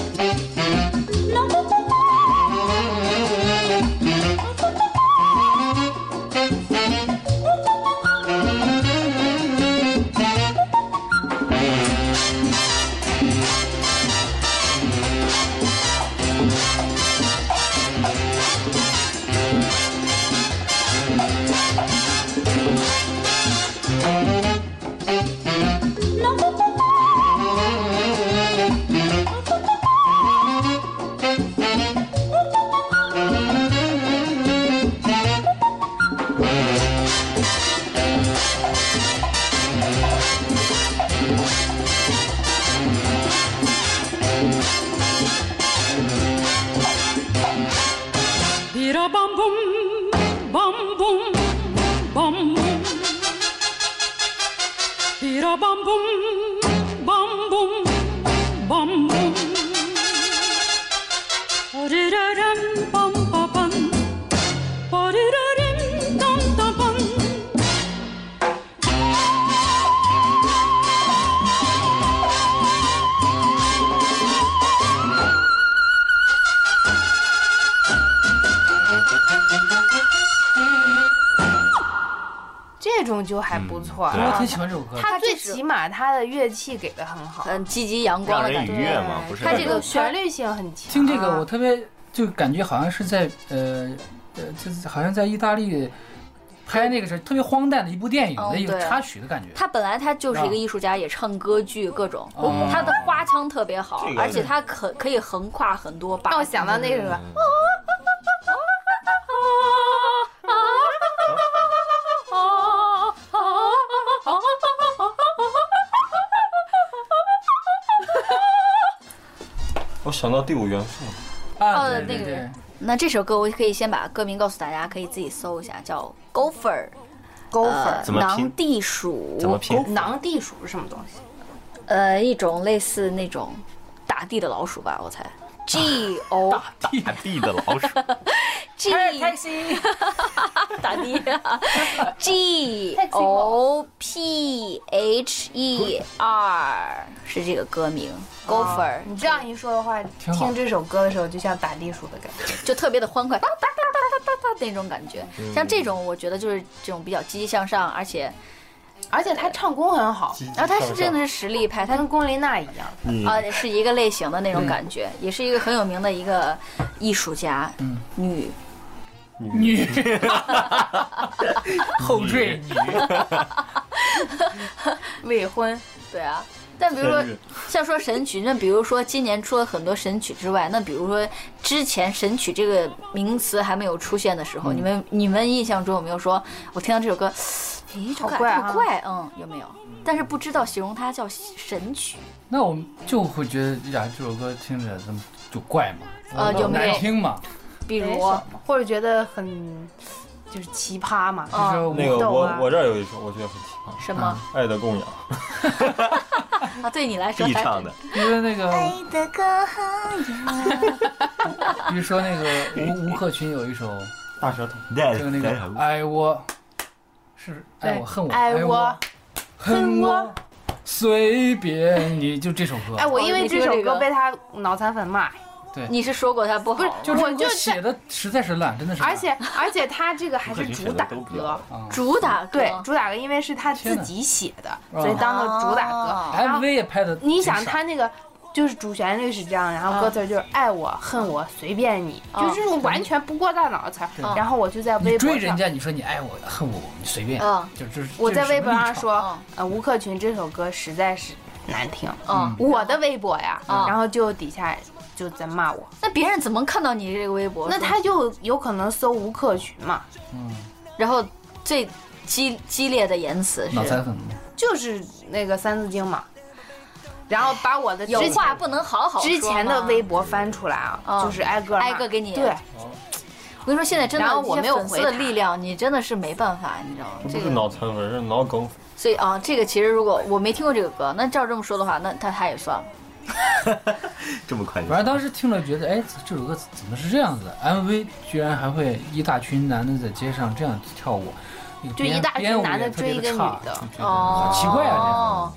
Speaker 9: À, À, Bira bam bum, bam bum, bam bum. Bira bam bum, bam bum, bam bum. Ba-di-da-dum, bum ba bum. Ba-di-da-dum, dum da bum.
Speaker 4: 这种就还不错
Speaker 1: 嗯对
Speaker 5: 我
Speaker 4: 啊
Speaker 5: 挺。喜欢这首歌的。
Speaker 4: 他
Speaker 3: 它
Speaker 4: 最
Speaker 3: 就是
Speaker 4: 起码他的乐器给的很好，
Speaker 3: 嗯，积极阳光
Speaker 1: 让
Speaker 3: 的
Speaker 1: 人
Speaker 3: 感
Speaker 1: 愉
Speaker 3: 觉。
Speaker 1: 悦嘛，不是
Speaker 3: 他
Speaker 1: 那
Speaker 3: 这
Speaker 1: 种
Speaker 3: 个
Speaker 4: 旋律性很强。啊
Speaker 5: 听这
Speaker 3: 啊
Speaker 5: 个，我特别就感觉好像是在呃呃，就是好像在意大利拍那个是特别荒诞的一部电影
Speaker 3: 嗯
Speaker 5: 的一个
Speaker 3: 对
Speaker 5: 插曲的感觉。
Speaker 3: 他本来他就是一个
Speaker 5: 啊
Speaker 3: 艺术家，也唱歌剧各种，
Speaker 5: 哦
Speaker 3: 他的花腔特别好
Speaker 1: 这，个
Speaker 3: 而且他可可以横跨很多把
Speaker 4: 让我。想到那个什么，
Speaker 5: 嗯
Speaker 6: 我想到第五元素，
Speaker 5: 啊，
Speaker 3: 哦
Speaker 5: 对对
Speaker 3: 那个
Speaker 5: 对，
Speaker 3: 那这首歌我可以先把歌名告诉大家，可以自己搜一下，叫《Gopher》，
Speaker 4: 勾粉
Speaker 3: 呃
Speaker 4: 儿，
Speaker 1: 怎么拼
Speaker 3: 囊地鼠，
Speaker 1: 怎么拼？
Speaker 4: 囊地鼠是什么东西？
Speaker 3: 呃，一种类似那种打地的老鼠吧，我猜。G O
Speaker 1: 打地的老 鼠，
Speaker 3: G 打地 G O P H E R 是这个歌名，Gopher
Speaker 4: 你这样一说的话，
Speaker 5: 挺好
Speaker 4: 听这首歌的时候就像打地鼠的感觉。
Speaker 3: 就特别的欢快，哒哒哒哒哒哒那种感觉。像这种，我觉得就是这种比较积极向上，而且
Speaker 4: 而且他唱功很好，
Speaker 3: 然后他是真的是实力派，他
Speaker 4: 他跟龚琳娜一样。
Speaker 3: 啊，是一个类型的那种感觉，也是一个很有名的一个艺术家，女
Speaker 5: 女 后缀女，
Speaker 4: 未婚，
Speaker 3: 对啊，但比如说像说神曲，那比如说今年出了很多神曲之外，那比如说之前神曲这个名词还没有出现的时候，你们你们印象中有没有说，我听到这首歌，咦，这
Speaker 4: 好
Speaker 3: 感
Speaker 4: 怪
Speaker 3: 觉
Speaker 4: 啊
Speaker 3: 好怪，嗯，有没有？但是不知道形容它叫神曲，
Speaker 5: 那我们就会觉得呀，这首歌听着怎么就怪嘛，
Speaker 3: 呃，有没
Speaker 5: 难
Speaker 3: 有？
Speaker 5: 听嘛，
Speaker 3: 比如
Speaker 4: 或者觉得很就是奇葩嘛。
Speaker 5: 就是
Speaker 3: 啊
Speaker 5: 我
Speaker 6: 那个
Speaker 4: 懂
Speaker 6: 我
Speaker 4: 啊
Speaker 6: 我这儿有一首，我觉得很奇葩，
Speaker 3: 什么？
Speaker 6: 《爱的供养》。
Speaker 3: 啊，对你来说
Speaker 1: 必
Speaker 3: 还
Speaker 1: 唱
Speaker 3: 真
Speaker 1: 的，
Speaker 5: 因为那个，
Speaker 7: 的歌
Speaker 5: 比如说那个吴吴克群有一首，
Speaker 6: 大舌头，
Speaker 1: 带
Speaker 5: 就是那
Speaker 6: 哎
Speaker 1: 带
Speaker 5: 个爱我，是爱我恨我哎
Speaker 4: 爱
Speaker 5: 我
Speaker 4: 哎我
Speaker 5: 恨我，随便你就这首歌，
Speaker 4: 哎，我因为这首
Speaker 3: 这个
Speaker 4: 歌被他脑残粉骂，
Speaker 3: 你是说过他不好
Speaker 4: 不是
Speaker 3: 吗
Speaker 5: 就这首歌
Speaker 4: 我就
Speaker 5: 写的实在是烂，真的是烂。
Speaker 4: 而且而且他这个还是
Speaker 1: 吴克群写
Speaker 4: 主
Speaker 1: 的
Speaker 4: 打
Speaker 1: 都比较
Speaker 4: 歌
Speaker 1: 好，
Speaker 5: 啊
Speaker 3: 主打歌
Speaker 4: 对，主打歌，因为是他
Speaker 5: 天
Speaker 4: 自
Speaker 5: 哪
Speaker 4: 己写的，
Speaker 5: 啊
Speaker 4: 所以当做主打
Speaker 3: 哦
Speaker 4: 歌。然后
Speaker 5: ，MV 哎也拍的，
Speaker 4: 你想他那个就是主旋律是这样，然后歌词就是爱我恨我随便你，
Speaker 3: 哦
Speaker 4: 就这种完全不过大脑的词儿
Speaker 5: 对。
Speaker 4: 然后我就在
Speaker 5: 你
Speaker 4: 微
Speaker 5: 追
Speaker 4: 博
Speaker 5: 人
Speaker 4: 上，
Speaker 5: 家，你说你爱我恨我，你随便，
Speaker 3: 嗯
Speaker 5: 就就是
Speaker 4: 我在微博上，
Speaker 3: 嗯
Speaker 4: 说，呃，吴克群这首歌实在是难听，
Speaker 3: 嗯，
Speaker 4: 我的微博呀，
Speaker 3: 嗯
Speaker 4: 然后就底下就在骂我，
Speaker 3: 那别人怎么看到你这个微博？
Speaker 4: 那他就有可能搜吴克群嘛，
Speaker 3: 然后最激激烈的言辞
Speaker 5: 脑
Speaker 3: 是
Speaker 5: 残粉吗？
Speaker 4: 就是那个三字经嘛，然后把我的之
Speaker 3: 有
Speaker 4: 前
Speaker 3: 话不能好好说吗
Speaker 4: 之前的微博翻出来啊，
Speaker 3: 嗯
Speaker 4: 就是挨个骂
Speaker 3: 挨个给你
Speaker 4: 对，
Speaker 3: 我跟你说，现在真的
Speaker 4: 然后我
Speaker 3: 这些
Speaker 4: 没有
Speaker 3: 粉丝
Speaker 4: 回
Speaker 3: 的
Speaker 4: 他
Speaker 3: 力量，你真的是没办法，你知道吗？
Speaker 6: 不
Speaker 3: 这
Speaker 6: 是
Speaker 3: 个，
Speaker 6: 脑残粉，是脑梗粉。
Speaker 3: 所以啊，这个其实如果我没听过这个歌，那照这么说的话，那他他也算了。
Speaker 1: 这么快就
Speaker 5: 反正当时听了觉得，哎，这首歌怎么是这样子的？MV 居然还会一大群男的在街上这样跳舞，那个
Speaker 4: 就
Speaker 5: 编
Speaker 4: 一大群
Speaker 5: 编舞也
Speaker 4: 男的
Speaker 5: 特别
Speaker 4: 追一个
Speaker 5: 差
Speaker 4: 女的哦
Speaker 5: 就觉得好奇怪啊！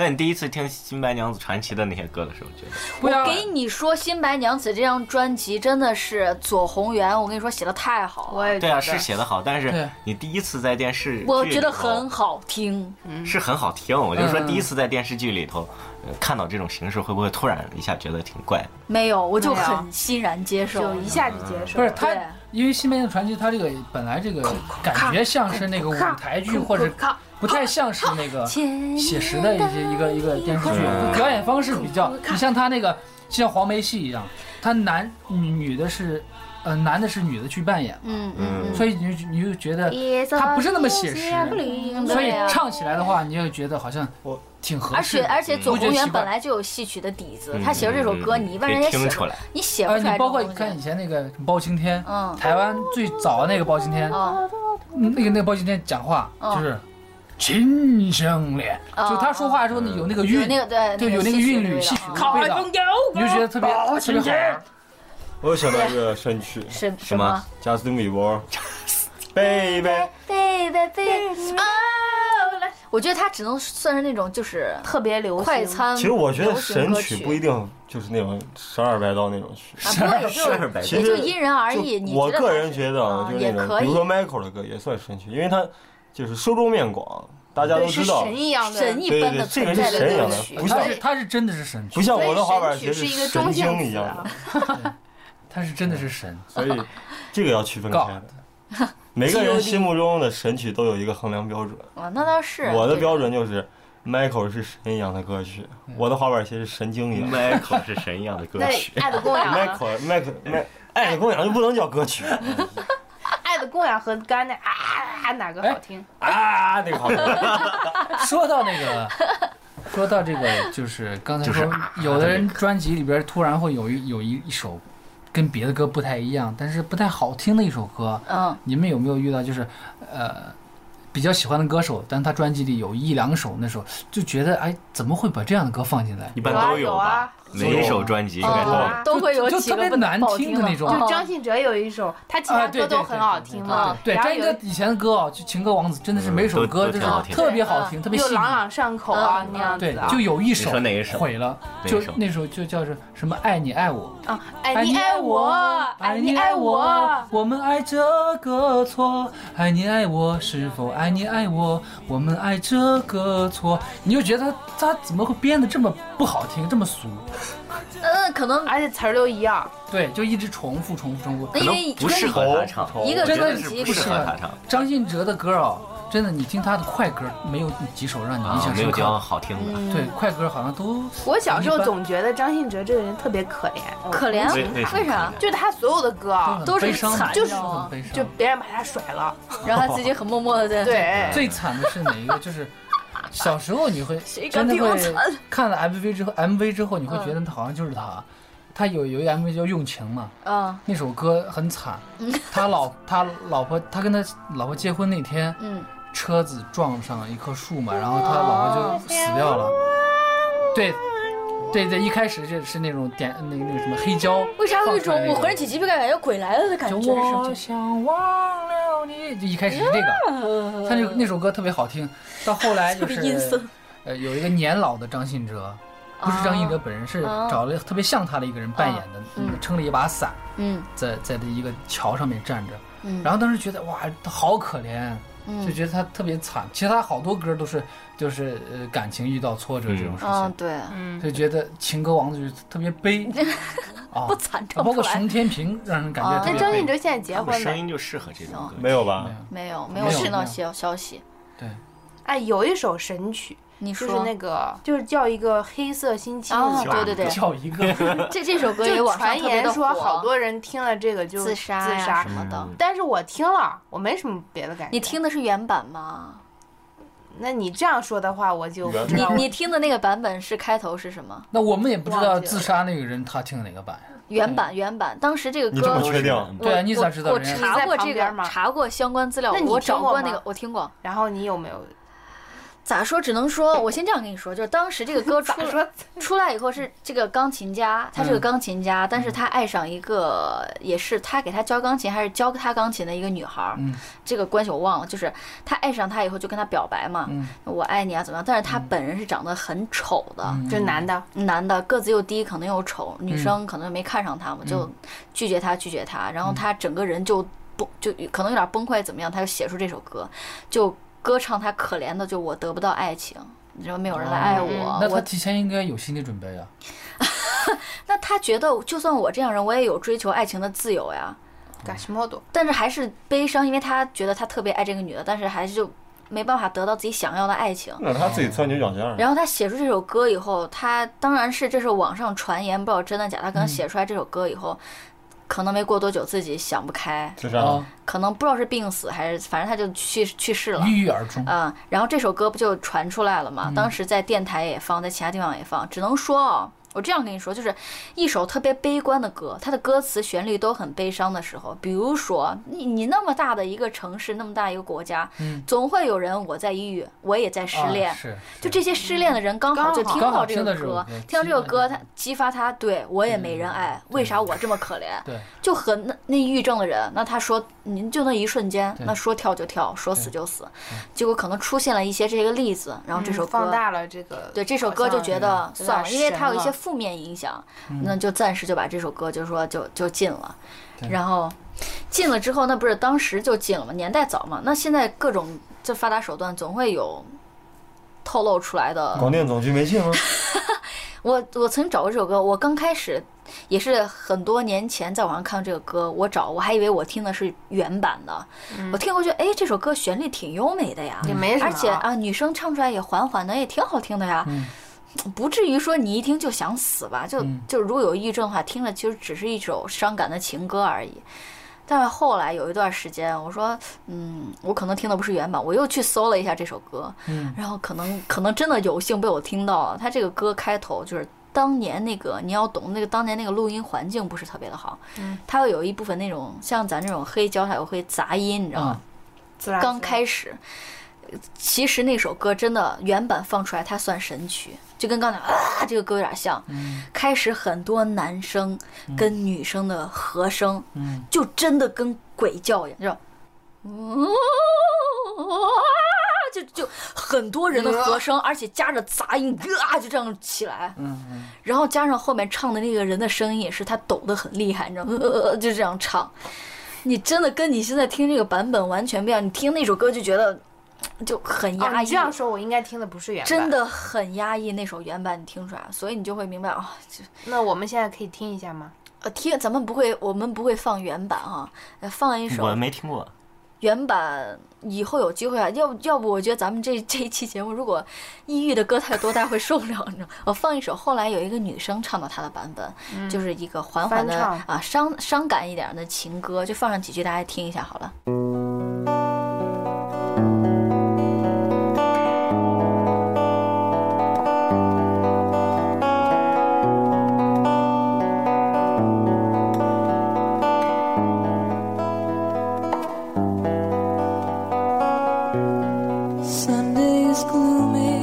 Speaker 1: 那你第一次听《新白娘子传奇》的那些歌的时候，觉得
Speaker 5: 这个，不要
Speaker 3: 给你说，《新白娘子》这张专辑真的是左宏元，我跟你说写的太好
Speaker 4: 我
Speaker 3: 了，
Speaker 4: 也
Speaker 1: 对啊，
Speaker 4: 觉得
Speaker 1: 是写的好，但
Speaker 5: 对
Speaker 1: 是你第一次在电视，
Speaker 3: 我觉得很好听。
Speaker 1: 是很好听。我就说
Speaker 5: 嗯
Speaker 1: 第一次在电视剧里头、呃看到这种形式，会不会突然一下觉得挺怪的？
Speaker 3: 没有，我就
Speaker 4: 没有
Speaker 3: 很欣然接受
Speaker 4: 就。一下就接受
Speaker 5: 不是
Speaker 4: 了。
Speaker 5: 他
Speaker 3: 对，
Speaker 5: 因为《新白娘子传奇》它这个本来这个感觉像是那个舞台剧，或者不太像是那个写实的一些一个一个电视剧，表演方式比较，你像他那个就像黄梅戏一样，他男女女的是呃男的是女的去扮演，
Speaker 3: 嗯嗯嗯，
Speaker 5: 所以你就你就觉得他不是那么写实，所以唱起来的话，你就觉得好像挺合
Speaker 3: 而
Speaker 5: 适
Speaker 3: 且
Speaker 5: 的。
Speaker 3: 而且左
Speaker 5: 我觉
Speaker 3: 宏
Speaker 5: 得
Speaker 3: 元
Speaker 5: 奇怪
Speaker 3: 本来就有戏曲的底子，
Speaker 1: 嗯
Speaker 3: 他写了这首歌，
Speaker 1: 嗯嗯
Speaker 3: 你一般人
Speaker 1: 可
Speaker 3: 也
Speaker 1: 以
Speaker 3: 写
Speaker 1: 听
Speaker 3: 不
Speaker 1: 出来
Speaker 3: 你写不
Speaker 5: 呃，
Speaker 3: 出
Speaker 5: 你
Speaker 3: 来这
Speaker 5: 包
Speaker 3: 种
Speaker 5: 括
Speaker 3: 东
Speaker 5: 你看以
Speaker 3: 西。
Speaker 5: 前那个包青天，
Speaker 3: 嗯
Speaker 5: 台湾最早的那个包青天，
Speaker 3: 啊，
Speaker 5: 嗯那个那个包青天讲话
Speaker 3: 嗯
Speaker 5: 就是秦香莲，
Speaker 3: 哦
Speaker 5: 就他说话的时候呢有那个韵
Speaker 3: 有，那个对，
Speaker 5: 就有那
Speaker 3: 那
Speaker 5: 个
Speaker 3: 戏曲
Speaker 5: 韵
Speaker 3: 的
Speaker 5: 律、
Speaker 3: 味
Speaker 5: 戏
Speaker 3: 道
Speaker 5: 曲
Speaker 3: 啊
Speaker 5: 的味道，你就觉得特别特别好玩。
Speaker 6: 我又想到一个神曲，
Speaker 3: 是
Speaker 1: 什么？
Speaker 6: 贾斯汀比伯，Baby，
Speaker 3: Baby baby，我觉得他只能算是那种就是
Speaker 4: 特别流行，
Speaker 3: 快餐。
Speaker 6: 其实我觉得神
Speaker 3: 流
Speaker 6: 曲
Speaker 3: 行歌
Speaker 6: 不一定就是那种十二白刀那种曲。
Speaker 3: 啊，不过也
Speaker 1: 十二
Speaker 3: 就
Speaker 1: 百
Speaker 6: 其
Speaker 3: 也就
Speaker 6: 实
Speaker 3: 因人而异。你
Speaker 6: 就我
Speaker 3: 觉得
Speaker 6: 个
Speaker 3: 他
Speaker 6: 人
Speaker 3: 是
Speaker 6: 觉得啊，
Speaker 3: 啊
Speaker 6: 就是
Speaker 3: 也
Speaker 6: 那种，
Speaker 3: 可
Speaker 6: 比如说
Speaker 3: 以
Speaker 6: Michael 的歌也算神曲，因为他就是受众面广，大家都
Speaker 4: 对，是
Speaker 6: 知道。
Speaker 4: 神一样的
Speaker 3: 神一般的
Speaker 6: 对对
Speaker 3: 存
Speaker 6: 对
Speaker 3: 在
Speaker 6: 这个是
Speaker 3: 的
Speaker 6: 神
Speaker 3: 歌
Speaker 6: 一样的
Speaker 3: 曲
Speaker 6: 不，
Speaker 5: 他
Speaker 6: 像
Speaker 5: 是他是真的是神，
Speaker 6: 不像我的滑板
Speaker 4: 所以
Speaker 6: 鞋
Speaker 4: 神曲是一个
Speaker 6: 神
Speaker 4: 中性
Speaker 6: 经
Speaker 4: 词
Speaker 6: 一样
Speaker 4: 啊
Speaker 6: 的，
Speaker 5: 他是真的是神。
Speaker 6: 所以这个要区分开的。每个人心目中的神曲都有一个衡量标准，
Speaker 3: 啊，那倒是。
Speaker 6: 我的
Speaker 3: 对
Speaker 6: 标准就是 Michael 是神一样的歌曲，我的滑板鞋是神经一样的。
Speaker 1: Michael 是神一样的歌
Speaker 4: 那，
Speaker 1: 曲
Speaker 4: 爱的供养呢？
Speaker 6: Michael Michael Michael，爱的供养就不能叫歌 曲
Speaker 4: 爱的供养和干的啊，哪个好听？
Speaker 6: 啊，那个好听。
Speaker 3: 嗯
Speaker 5: 说到那个， 说到这个，就是啊刚才说，有的人专辑里边突然会有一有一一首跟别的歌不太一样，但是不太好听的一首歌，
Speaker 3: 嗯，
Speaker 5: 你们有没有遇到就是呃比较喜欢的歌手，但他专辑里有一两首那首就觉得哎怎么会把这样的歌放进来
Speaker 1: 一？般都
Speaker 4: 有
Speaker 1: 吧
Speaker 4: 啊，
Speaker 1: 每一首专辑应该都有
Speaker 4: 啊。
Speaker 3: 都会有
Speaker 5: 就
Speaker 3: 几
Speaker 5: 特别
Speaker 3: 个不
Speaker 5: 难
Speaker 3: 不好
Speaker 5: 听
Speaker 3: 听
Speaker 5: 的那种
Speaker 3: 啊
Speaker 4: 就张信哲有一首，他其
Speaker 5: 啊
Speaker 4: 他
Speaker 5: 对
Speaker 4: 歌
Speaker 5: 对
Speaker 4: 都
Speaker 5: 对
Speaker 4: 很
Speaker 5: 对
Speaker 4: 好
Speaker 5: 对
Speaker 4: 听
Speaker 5: 对
Speaker 4: 嘛。
Speaker 5: 对，
Speaker 4: 然后
Speaker 5: 张信
Speaker 4: 有
Speaker 5: 哲以前的歌啊，就情歌王子，真的是每首
Speaker 1: 嗯
Speaker 5: 歌
Speaker 1: 都都
Speaker 5: 就是
Speaker 1: 挺好听的
Speaker 5: 特别好听，特别
Speaker 4: 啊又
Speaker 5: 细腻。
Speaker 4: 朗朗上口啊
Speaker 3: 嗯
Speaker 4: 那样
Speaker 5: 对
Speaker 4: 子啊，，
Speaker 5: 就有一首
Speaker 1: 你说哪一首
Speaker 5: 毁了，
Speaker 1: 哪一
Speaker 5: 就
Speaker 1: 首
Speaker 5: 那首就叫是什么爱你哎爱我，
Speaker 4: 啊，爱你爱我，爱你爱我，，
Speaker 5: 哎我们爱这个错，爱你爱我，是否爱你爱我，我们爱这个错，你就觉得他怎么会编的这么不好听，这么俗？
Speaker 3: 嗯，可能
Speaker 4: 而且词儿都一样。
Speaker 5: 对，就一直重复重复重复
Speaker 1: 可
Speaker 3: 那。因
Speaker 1: 能
Speaker 3: 为
Speaker 1: 不适合他唱，
Speaker 3: 一个
Speaker 1: 真
Speaker 5: 专
Speaker 1: 的是
Speaker 5: 辑
Speaker 1: 不适合他唱，
Speaker 5: 张信哲的歌啊，真的，你听他的快歌，没有几首让你印
Speaker 1: 啊
Speaker 5: 象，
Speaker 1: 没有
Speaker 5: 深
Speaker 1: 这样
Speaker 5: 刻。
Speaker 1: 好听的。
Speaker 5: 对，快歌好像都
Speaker 4: 我小时候
Speaker 5: 一般
Speaker 4: 总觉得张信哲这个人特别可怜，
Speaker 3: 可怜
Speaker 1: 为为什，么
Speaker 3: 为啥？
Speaker 4: 就是他所有的歌啊，
Speaker 3: 都
Speaker 5: 都很
Speaker 3: 是
Speaker 5: 悲伤的，
Speaker 3: 惨
Speaker 5: 就是
Speaker 3: 着啊
Speaker 5: 很悲伤。
Speaker 4: 就别人把他甩了。
Speaker 3: 然后他自己很默默的
Speaker 1: 嗯
Speaker 3: 在。
Speaker 4: 对，
Speaker 5: 最惨的是哪 一个？就是小时候你会
Speaker 3: 谁敢
Speaker 5: 真的
Speaker 3: 比我
Speaker 5: 会看了 MV 之后，MV 之后你会觉得好像就是他。他有有一个 MV 叫《用情》嘛，
Speaker 3: 嗯
Speaker 5: 那首歌很惨。 他老他老婆他跟他老婆结婚那天，
Speaker 3: 嗯，哦
Speaker 5: 车子撞上一棵树嘛，然后他老婆就死掉了。对，对对，一开始这是那种点那个那个什么黑胶，
Speaker 3: 为啥有一种我浑
Speaker 5: 回
Speaker 3: 身起鸡皮疙瘩，要鬼来了的感
Speaker 5: 就
Speaker 3: 觉？
Speaker 5: 我
Speaker 3: 哎是
Speaker 5: 想忘了你，就一开始是这个，他那那首歌特别好听，到后来就
Speaker 3: 特别阴
Speaker 5: 是
Speaker 3: 森，
Speaker 5: 呃，有一个年老的张信哲，不是张信哲本人，是
Speaker 3: 啊
Speaker 5: 找了特别像他的一个人扮演的，
Speaker 3: 嗯
Speaker 5: 撑了一把伞，
Speaker 3: 嗯
Speaker 5: 在在这一个桥上面站着，
Speaker 3: 嗯，
Speaker 5: 然后当时觉得哇，他好可怜，
Speaker 3: 嗯
Speaker 5: 就觉得他特别惨。其实他好多歌都是就是呃感情遇到挫折这种事
Speaker 3: 嗯
Speaker 5: 情，
Speaker 3: 对，
Speaker 5: 就觉得情歌王子就特别悲啊，
Speaker 3: 不惨唱
Speaker 5: 包
Speaker 3: 不出
Speaker 5: 括
Speaker 3: 来
Speaker 5: 熊。天平让人感
Speaker 3: 啊
Speaker 5: 觉
Speaker 4: 那
Speaker 5: 特别
Speaker 4: 张
Speaker 5: 悲
Speaker 4: 信哲现在结
Speaker 1: 我
Speaker 4: 婚
Speaker 1: 嗯声
Speaker 4: 了，
Speaker 1: 音就适合这种歌曲。
Speaker 6: 没有吧？
Speaker 3: 没有，没
Speaker 5: 没有
Speaker 3: 听到
Speaker 5: 没有
Speaker 3: 消消息。
Speaker 4: 哎，有一首神曲，
Speaker 3: 你
Speaker 4: 就
Speaker 3: 说
Speaker 4: 是那个，就是叫一个黑色星期
Speaker 3: 啊，
Speaker 4: 五吧。
Speaker 3: 对对对，
Speaker 5: 叫一个
Speaker 3: 这这首歌也
Speaker 4: 就
Speaker 3: 网上
Speaker 4: 传
Speaker 3: 特别
Speaker 4: 言
Speaker 3: 的
Speaker 4: 说
Speaker 3: 火
Speaker 4: 好多人听了这个就
Speaker 3: 自杀
Speaker 4: 自
Speaker 3: 呀
Speaker 4: 杀
Speaker 3: 什，么
Speaker 1: 嗯
Speaker 3: 的。
Speaker 4: 但是我听了，我没什么别的感觉。
Speaker 3: 你？听的是原版吗？
Speaker 4: 那你这样说的话，我就
Speaker 6: 原
Speaker 4: 不知
Speaker 3: 你
Speaker 4: 道
Speaker 3: 你听的那个版本是开头是什么？
Speaker 5: 那我们也不知
Speaker 4: 忘
Speaker 5: 道
Speaker 4: 记了
Speaker 5: 自杀那个人他听哪个版呀？
Speaker 3: 原
Speaker 1: 嗯
Speaker 3: 版原版，当时这个
Speaker 6: 你这么
Speaker 3: 歌
Speaker 6: 确定？
Speaker 3: 我，
Speaker 5: 对啊
Speaker 3: 我
Speaker 5: 你咋知道
Speaker 3: 我
Speaker 5: 人家
Speaker 3: 查
Speaker 4: 你在
Speaker 3: 过这
Speaker 4: 旁边
Speaker 3: 个，
Speaker 4: 吗
Speaker 3: 查过相关资料，
Speaker 4: 那你
Speaker 3: 我
Speaker 4: 听
Speaker 3: 找
Speaker 4: 过
Speaker 3: 过那
Speaker 4: 吗
Speaker 3: 个，我听过。
Speaker 4: 然后你有没有？
Speaker 3: 咋说？只能说，我先这样跟你说，就是当时这个 歌出
Speaker 4: 说
Speaker 3: 出来以后是这个钢琴家，他是
Speaker 5: 嗯
Speaker 3: 个钢琴家，但是他爱上一个也是他给他教钢琴还是教他钢琴的一个女孩儿，
Speaker 5: 嗯
Speaker 3: 这个关系我忘了。就是他爱上她以后就跟她表白嘛，
Speaker 5: 嗯
Speaker 3: 我爱你啊怎么样？但是他本人是长得很丑啊的，
Speaker 5: 嗯
Speaker 4: 就男的，
Speaker 3: 男的个子又低，可能又丑，女生可能没看上他嘛，
Speaker 5: 嗯
Speaker 3: 就拒绝他，拒绝他，然后他整个人就崩，就可能有点崩溃，怎么样？他就写出这首歌，就歌唱他可怜的，就我得不到爱情。你知道没有人来爱我，
Speaker 5: 哦那他
Speaker 3: 啊我
Speaker 5: 提前应该有心理准备啊。
Speaker 3: 那他觉得就算我这样人，我也有追求爱情的自由呀。
Speaker 4: 干什么都
Speaker 3: 但是还是悲伤，因为他觉得他特别爱这个女的，但是还是就没办法得到自己想要的爱情。
Speaker 6: 那是他自己钻牛角尖儿。
Speaker 3: 然后他写出这首歌以后，他当然是这是网上传言，不知道真的假的。他可能写出来这首歌以后，可能没过多久自己想不开，
Speaker 6: 自杀
Speaker 5: 啊
Speaker 6: 了，，
Speaker 3: 可能不知道是病死还是，反正他就去去世了。
Speaker 5: 郁郁而终。
Speaker 3: 嗯，然后这首歌不就传出来了嘛？当时在电台也放，在其他地方也放，只能说啊、我这样跟你说，就是一首特别悲观的歌，它的歌词旋律都很悲伤的时候，比如说你你那么大的一个城市，那么大一个国家，
Speaker 5: 嗯
Speaker 3: 总会有人我在抑郁，我也在失
Speaker 5: 啊
Speaker 3: 恋，
Speaker 5: 是
Speaker 3: 就这些失恋的人刚好就听
Speaker 5: 刚好
Speaker 3: 到这个
Speaker 5: 听到
Speaker 3: 歌
Speaker 5: 这首歌，
Speaker 3: 听到这首歌，
Speaker 5: 激发
Speaker 3: 他激发他，对我也没人爱，为啥我这么可怜？
Speaker 5: 嗯对，
Speaker 3: 就很那那抑郁症的人，那他说您就那一瞬间，
Speaker 5: 对嗯
Speaker 3: 那说跳就跳，说死就死，结果可能出现了一些这个例子，然后这首歌
Speaker 4: 嗯放大了这个，
Speaker 3: 对这首歌就觉得
Speaker 4: 有点
Speaker 3: 算了，因为它有一
Speaker 4: 神
Speaker 3: 些
Speaker 4: 了嗯
Speaker 3: 负面影响，那就暂时就把这首歌就说就就禁了，然后禁了之后，那不是当时就禁了吗？年代早嘛，那现在各种这发达手段总会有透露出来的。
Speaker 4: 哦
Speaker 6: 广电总局没进吗？
Speaker 3: 我我曾找过这首歌，我刚开始也是很多年前在网上看到这个歌，我找我还以为我听的是原版的，
Speaker 4: 嗯
Speaker 3: 我听过去，哎，这首歌旋律挺优美的呀，
Speaker 4: 也没什么啊
Speaker 3: 而且啊，女生唱出来也缓缓的，也挺好听的呀。
Speaker 5: 嗯
Speaker 3: 不至于说你一听就想死吧，就、
Speaker 5: 嗯
Speaker 3: 就如果有抑郁症的话，听着其实只是一首伤感的情歌而已。但是后来有一段时间，我说，嗯，我可能听的不是原版，我又去搜了一下这首歌，
Speaker 5: 嗯
Speaker 3: 然后可能可能真的有幸被我听到了。他这个歌开头就是当年那个你要懂那个当年那个录音环境不是特别的好，嗯，它会有一部分那种像咱这种黑胶，它有会杂音，你知道吗？
Speaker 5: 啊，
Speaker 4: 自然
Speaker 3: 刚开始，其实那首歌真的原版放出来，它算神曲，就跟刚才啊这个歌有点像。
Speaker 4: 嗯
Speaker 3: 开始很多男生跟女生的和声，
Speaker 5: 嗯
Speaker 3: 就真的跟鬼叫一样，就是。 就就很多
Speaker 4: 哎
Speaker 3: 人的和声，而且加着杂音，啊，就这样起来，
Speaker 5: 嗯嗯，
Speaker 3: 然后加上后面唱的那个人的声音也是他抖得很厉害，你知道吗？ 呃就这样唱，你真的跟你现在听这个版本完全不一样。你听那首歌就觉得就很
Speaker 4: 哦
Speaker 3: 压
Speaker 4: 你
Speaker 3: 抑，
Speaker 4: 这样说，我应该听的不是原版。
Speaker 3: 真，的很压抑。那首原版你听出来，所以你就会明白啊、这
Speaker 4: 那我们现在可以听一下吗？
Speaker 3: 呃，听咱们不会，我们不会放原版哈、呃放一首
Speaker 1: 我没听过，
Speaker 3: 原版以后有机会啊，要不要不我觉得咱们这 这一期节目，如果抑郁的歌太多，大家会受不了。你知道吗， 我放一首，后来有一个女生唱到她的版本，就是一个缓缓的
Speaker 4: 嗯翻唱
Speaker 3: 啊伤伤感一点的情歌，就放上几句，大家听一下好
Speaker 4: 嗯
Speaker 3: 了。
Speaker 10: Sunday is gloomy.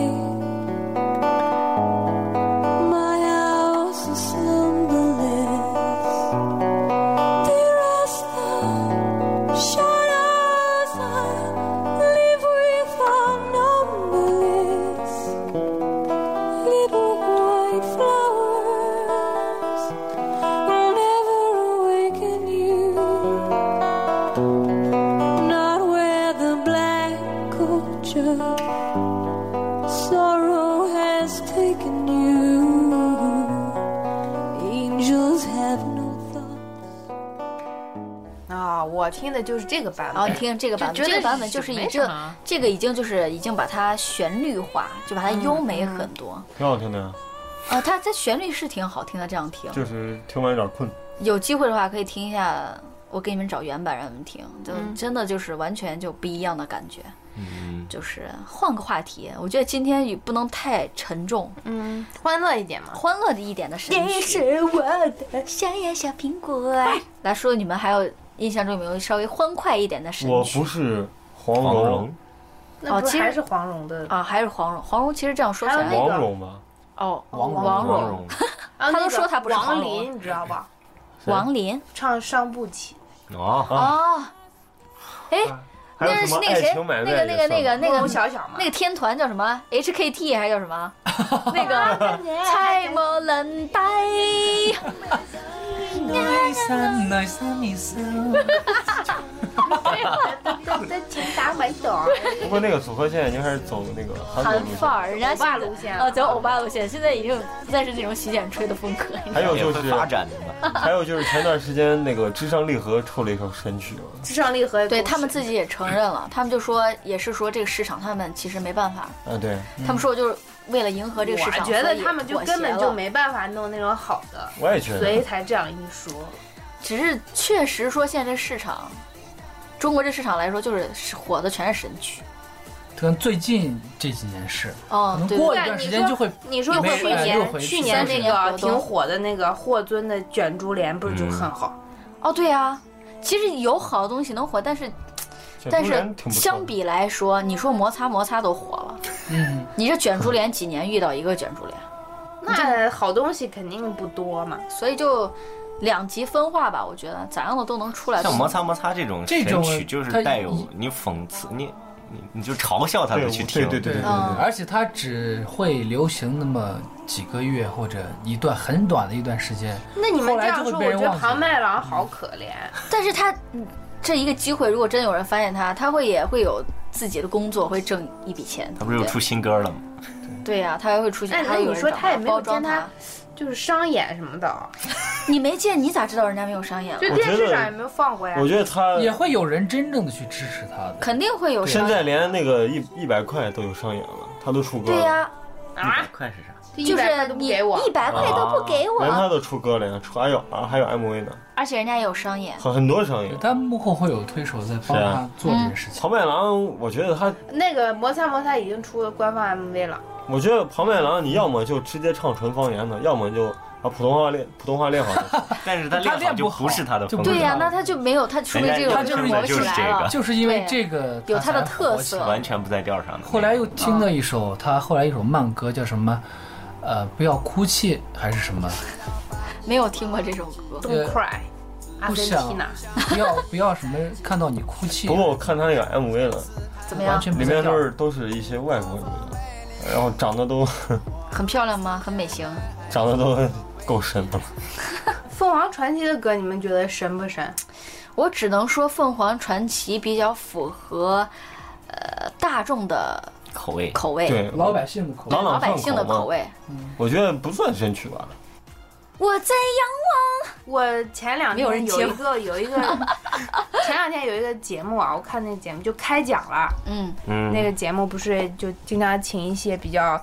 Speaker 10: has taken you. Angels have no thought.
Speaker 4: 啊，我听的就是这个版
Speaker 3: 然后
Speaker 4: 本。
Speaker 3: 你听这个版
Speaker 4: 就
Speaker 3: 本，
Speaker 4: 觉
Speaker 3: 哦
Speaker 4: 得
Speaker 3: 这个版本就是以
Speaker 4: 没啊
Speaker 3: 这
Speaker 4: 啥
Speaker 3: 这个已经就是已经把它旋律化，就把它优美很多。
Speaker 4: 嗯
Speaker 6: 挺好听的呀，
Speaker 3: 呃，它它旋律是挺好听的，这样听。
Speaker 6: 就是听完有点困。
Speaker 3: 有机会的话可以听一下，我给你们找原版让你们听，就
Speaker 4: 嗯
Speaker 3: 真的就是完全就不一样的感觉。
Speaker 1: 嗯，
Speaker 3: 就是换个话题，我觉得今天也不能太沉重，
Speaker 4: 嗯，欢乐一点嘛。
Speaker 3: 欢乐的一点的神
Speaker 7: 你
Speaker 3: 曲。
Speaker 7: 是我的小呀小苹果啊，
Speaker 4: 哎
Speaker 3: 来说你们还有印象中有没有稍微欢快一点的神
Speaker 6: 我
Speaker 3: 曲
Speaker 6: 不是黄
Speaker 1: 黄
Speaker 6: 蓉
Speaker 1: 蓉，，
Speaker 4: 那不
Speaker 3: 哦其
Speaker 4: 是
Speaker 3: 实
Speaker 4: 还是黄蓉的，
Speaker 3: 啊？还是黄蓉？黄蓉其实这样说起
Speaker 4: 还
Speaker 3: 来
Speaker 4: 有，那个
Speaker 6: 王蓉吧，
Speaker 3: 哦，
Speaker 5: 王蓉
Speaker 3: 王
Speaker 1: 黄
Speaker 3: 蓉，
Speaker 1: 蓉，
Speaker 4: 他
Speaker 3: 他都说他不是黄
Speaker 4: 王
Speaker 3: 蓉
Speaker 4: 林，你知道吧？
Speaker 3: 王林
Speaker 4: 唱伤不起，
Speaker 1: 哦，
Speaker 3: 哦，哎，
Speaker 6: 还有
Speaker 3: 那
Speaker 6: 什
Speaker 3: 是
Speaker 6: 么
Speaker 3: 那个
Speaker 6: 爱
Speaker 3: 谁，
Speaker 6: 情买
Speaker 3: 那个
Speaker 6: 卖
Speaker 3: 那个那个那
Speaker 4: 那
Speaker 3: 个
Speaker 4: 个小小嘛
Speaker 3: 那。个天团叫什么？HKT 还是叫什么？那个蔡莫兰呆，
Speaker 5: 爱三爱三你三，
Speaker 4: 的请打买短，
Speaker 6: 不过那个组合现在已经开始走那个韩
Speaker 3: 韩
Speaker 6: 国路
Speaker 3: 范儿，
Speaker 6: 线，
Speaker 3: 人家
Speaker 4: 欧巴
Speaker 3: 现在
Speaker 4: 路线
Speaker 3: 哦，走欧巴路线，现在已经不再是那种洗剪吹的风格。
Speaker 6: 还有
Speaker 1: 也
Speaker 6: 就
Speaker 1: 会
Speaker 6: 是
Speaker 1: 发展的吧。
Speaker 6: 还有就是前段时间那个至上励合出了一首神曲，
Speaker 4: 至上励合
Speaker 3: 对他们自
Speaker 4: 己
Speaker 3: 己也承认了， 他们就说也是说这个市场，他们其实没办法，
Speaker 6: 啊对，
Speaker 5: 嗯
Speaker 3: 他们说就是为了迎合这个市
Speaker 4: 我
Speaker 3: 场，
Speaker 4: 觉
Speaker 3: 所
Speaker 4: 得
Speaker 3: 以
Speaker 4: 他们就
Speaker 3: 妥协
Speaker 4: 根本就
Speaker 3: 了
Speaker 4: 没办法弄那种好的，
Speaker 6: 我也觉
Speaker 4: 所以
Speaker 6: 得
Speaker 4: 才这样一说。
Speaker 3: 只是确实说现在这市场，中国这市场来说，就是火的全是神曲。
Speaker 5: 可能最近这几年是，可
Speaker 3: 哦，
Speaker 5: 能
Speaker 3: 对，
Speaker 5: 过一段时间就会
Speaker 4: 你说
Speaker 5: 没
Speaker 4: 去
Speaker 5: 哎又
Speaker 4: 年
Speaker 5: 回
Speaker 4: 去
Speaker 5: 去
Speaker 4: 年
Speaker 5: 三十
Speaker 4: 那
Speaker 3: 年
Speaker 4: 个
Speaker 3: 活动
Speaker 4: 挺火的那个霍尊的卷珠帘，不是就很好？
Speaker 3: 哦，对啊，其实有好的东西能火，但是
Speaker 6: 卷
Speaker 3: 但
Speaker 6: 珠
Speaker 3: 是
Speaker 6: 帘挺不错
Speaker 3: 相比来说，你说摩擦摩擦都火了，
Speaker 5: 嗯，
Speaker 3: 你这卷珠帘几年遇到一个卷珠帘，
Speaker 4: 嗯那好东西肯定不多嘛。
Speaker 3: 所以就两极分化吧，我觉得咋样的都能出来。
Speaker 1: 像摩擦摩擦这种
Speaker 5: 这
Speaker 1: 神
Speaker 5: 种
Speaker 1: 曲，就是
Speaker 5: 它
Speaker 1: 带有
Speaker 5: 一
Speaker 1: 你讽刺你你你就嘲笑他
Speaker 6: 对
Speaker 1: 们去听，
Speaker 6: 对对对对
Speaker 3: 嗯
Speaker 6: 对。
Speaker 5: 而且它只会流行那么几个月或者一段很短的一段时间，
Speaker 4: 那你们
Speaker 5: 后
Speaker 4: 这
Speaker 5: 来
Speaker 4: 样
Speaker 5: 就会
Speaker 4: 说，
Speaker 5: 被
Speaker 4: 我
Speaker 5: 人
Speaker 4: 觉得
Speaker 5: 忘记
Speaker 4: 庞麦郎好可怜。
Speaker 3: 但是他嗯这一个机会，如果真有人发现他，他会也会有自己的工作，会挣一笔钱。
Speaker 1: 他不是又
Speaker 3: 对
Speaker 1: 出新歌了吗？
Speaker 3: 对呀、他还会出现，
Speaker 4: 哎那
Speaker 3: 还有
Speaker 4: 你
Speaker 3: 人
Speaker 4: 说
Speaker 3: 找
Speaker 4: 他也没有
Speaker 3: 包装
Speaker 4: 见他就是商演什么的啊，
Speaker 3: 你没见你咋知道人家没有商演
Speaker 4: 就
Speaker 3: 了？
Speaker 6: 我
Speaker 4: 电
Speaker 6: 觉
Speaker 4: 视
Speaker 6: 得
Speaker 4: 上也没有放过呀。
Speaker 6: 我觉得他
Speaker 5: 也会有人真正的去支持它的。
Speaker 3: 肯定会有
Speaker 6: 现
Speaker 3: 商
Speaker 6: 在
Speaker 3: 演。
Speaker 6: 连那个一一百块都有上演了，他都出歌
Speaker 3: 对
Speaker 6: 了，
Speaker 3: 呀、
Speaker 1: 啊，快是啥？
Speaker 3: 就
Speaker 4: 100块
Speaker 3: 是
Speaker 4: 都不
Speaker 3: 你
Speaker 4: 给我
Speaker 3: 一百块都不给
Speaker 6: 连他
Speaker 3: 我，
Speaker 6: 都出歌了呀，出还有啊还有 MV 呢，
Speaker 3: 而且人家也有商演。
Speaker 6: 很很多商演。
Speaker 5: 他幕后会有推手在帮
Speaker 6: 是
Speaker 5: 他
Speaker 6: 啊
Speaker 5: 做这件事情。
Speaker 6: 庞麦郎，我觉得他，
Speaker 4: 那个摩擦摩擦已经出了官方 MV 了，
Speaker 6: 我觉得庞麦郎，你要么就直接唱纯方言的，要么就把普通话练普通话练好就 行。
Speaker 1: 但是他
Speaker 5: 他
Speaker 1: 练好
Speaker 5: 练
Speaker 1: 就
Speaker 5: 不
Speaker 1: 不
Speaker 5: 好
Speaker 1: 是他的
Speaker 5: 就
Speaker 1: 风格，
Speaker 5: 不
Speaker 3: 对
Speaker 5: 知
Speaker 3: 呀、
Speaker 5: 道
Speaker 3: 那他就没有，他出了这
Speaker 1: 人
Speaker 3: 个
Speaker 1: 家
Speaker 3: 就
Speaker 1: 就是
Speaker 3: 火不
Speaker 1: 就是
Speaker 3: 起来
Speaker 1: 这
Speaker 3: 了
Speaker 1: 个。
Speaker 5: 就是因为
Speaker 3: 对
Speaker 5: 这个
Speaker 3: 有它的
Speaker 5: 才火起来
Speaker 3: 特色
Speaker 1: 完全不在调上的。
Speaker 5: 后来又听
Speaker 4: 嗯
Speaker 5: 了一首他后来一首慢歌叫什么，呃，不要哭泣还是什么，
Speaker 3: 没有听过这首歌。
Speaker 4: 《Don't Cry》，阿
Speaker 5: 不
Speaker 4: 根
Speaker 5: 想
Speaker 4: 廷呢？
Speaker 5: 不要 不要什么看到你哭泣
Speaker 6: 不，过我看他那个 MV 了，
Speaker 3: 怎么
Speaker 5: 完
Speaker 3: 样？
Speaker 5: 全不
Speaker 6: 里
Speaker 5: 在
Speaker 6: 面
Speaker 5: 调
Speaker 6: 都是都是一些外国女的，然后长得都
Speaker 3: 很漂亮吗？很美型。
Speaker 6: 长得都够深的了。
Speaker 4: 凤凰传奇的歌，你们觉得神不神？
Speaker 3: 我只能说凤凰传奇比较符合，呃，大众的
Speaker 1: 口味，
Speaker 3: 口味，
Speaker 6: 对，
Speaker 5: 老百姓的口味
Speaker 6: 朗。朗
Speaker 3: 老百
Speaker 6: 上
Speaker 3: 姓的
Speaker 6: 口嘛
Speaker 3: 口味。
Speaker 6: 我觉得不算神曲吧。
Speaker 3: 我在
Speaker 4: 我前两
Speaker 3: 没有
Speaker 4: 天
Speaker 3: 人
Speaker 4: 有
Speaker 3: 接
Speaker 4: 一个有一个， 前两天有一个节目啊，我看那节目就开讲了，
Speaker 3: 阳，嗯，
Speaker 1: 嗯，
Speaker 4: 那个节目不是就经常请一些比较，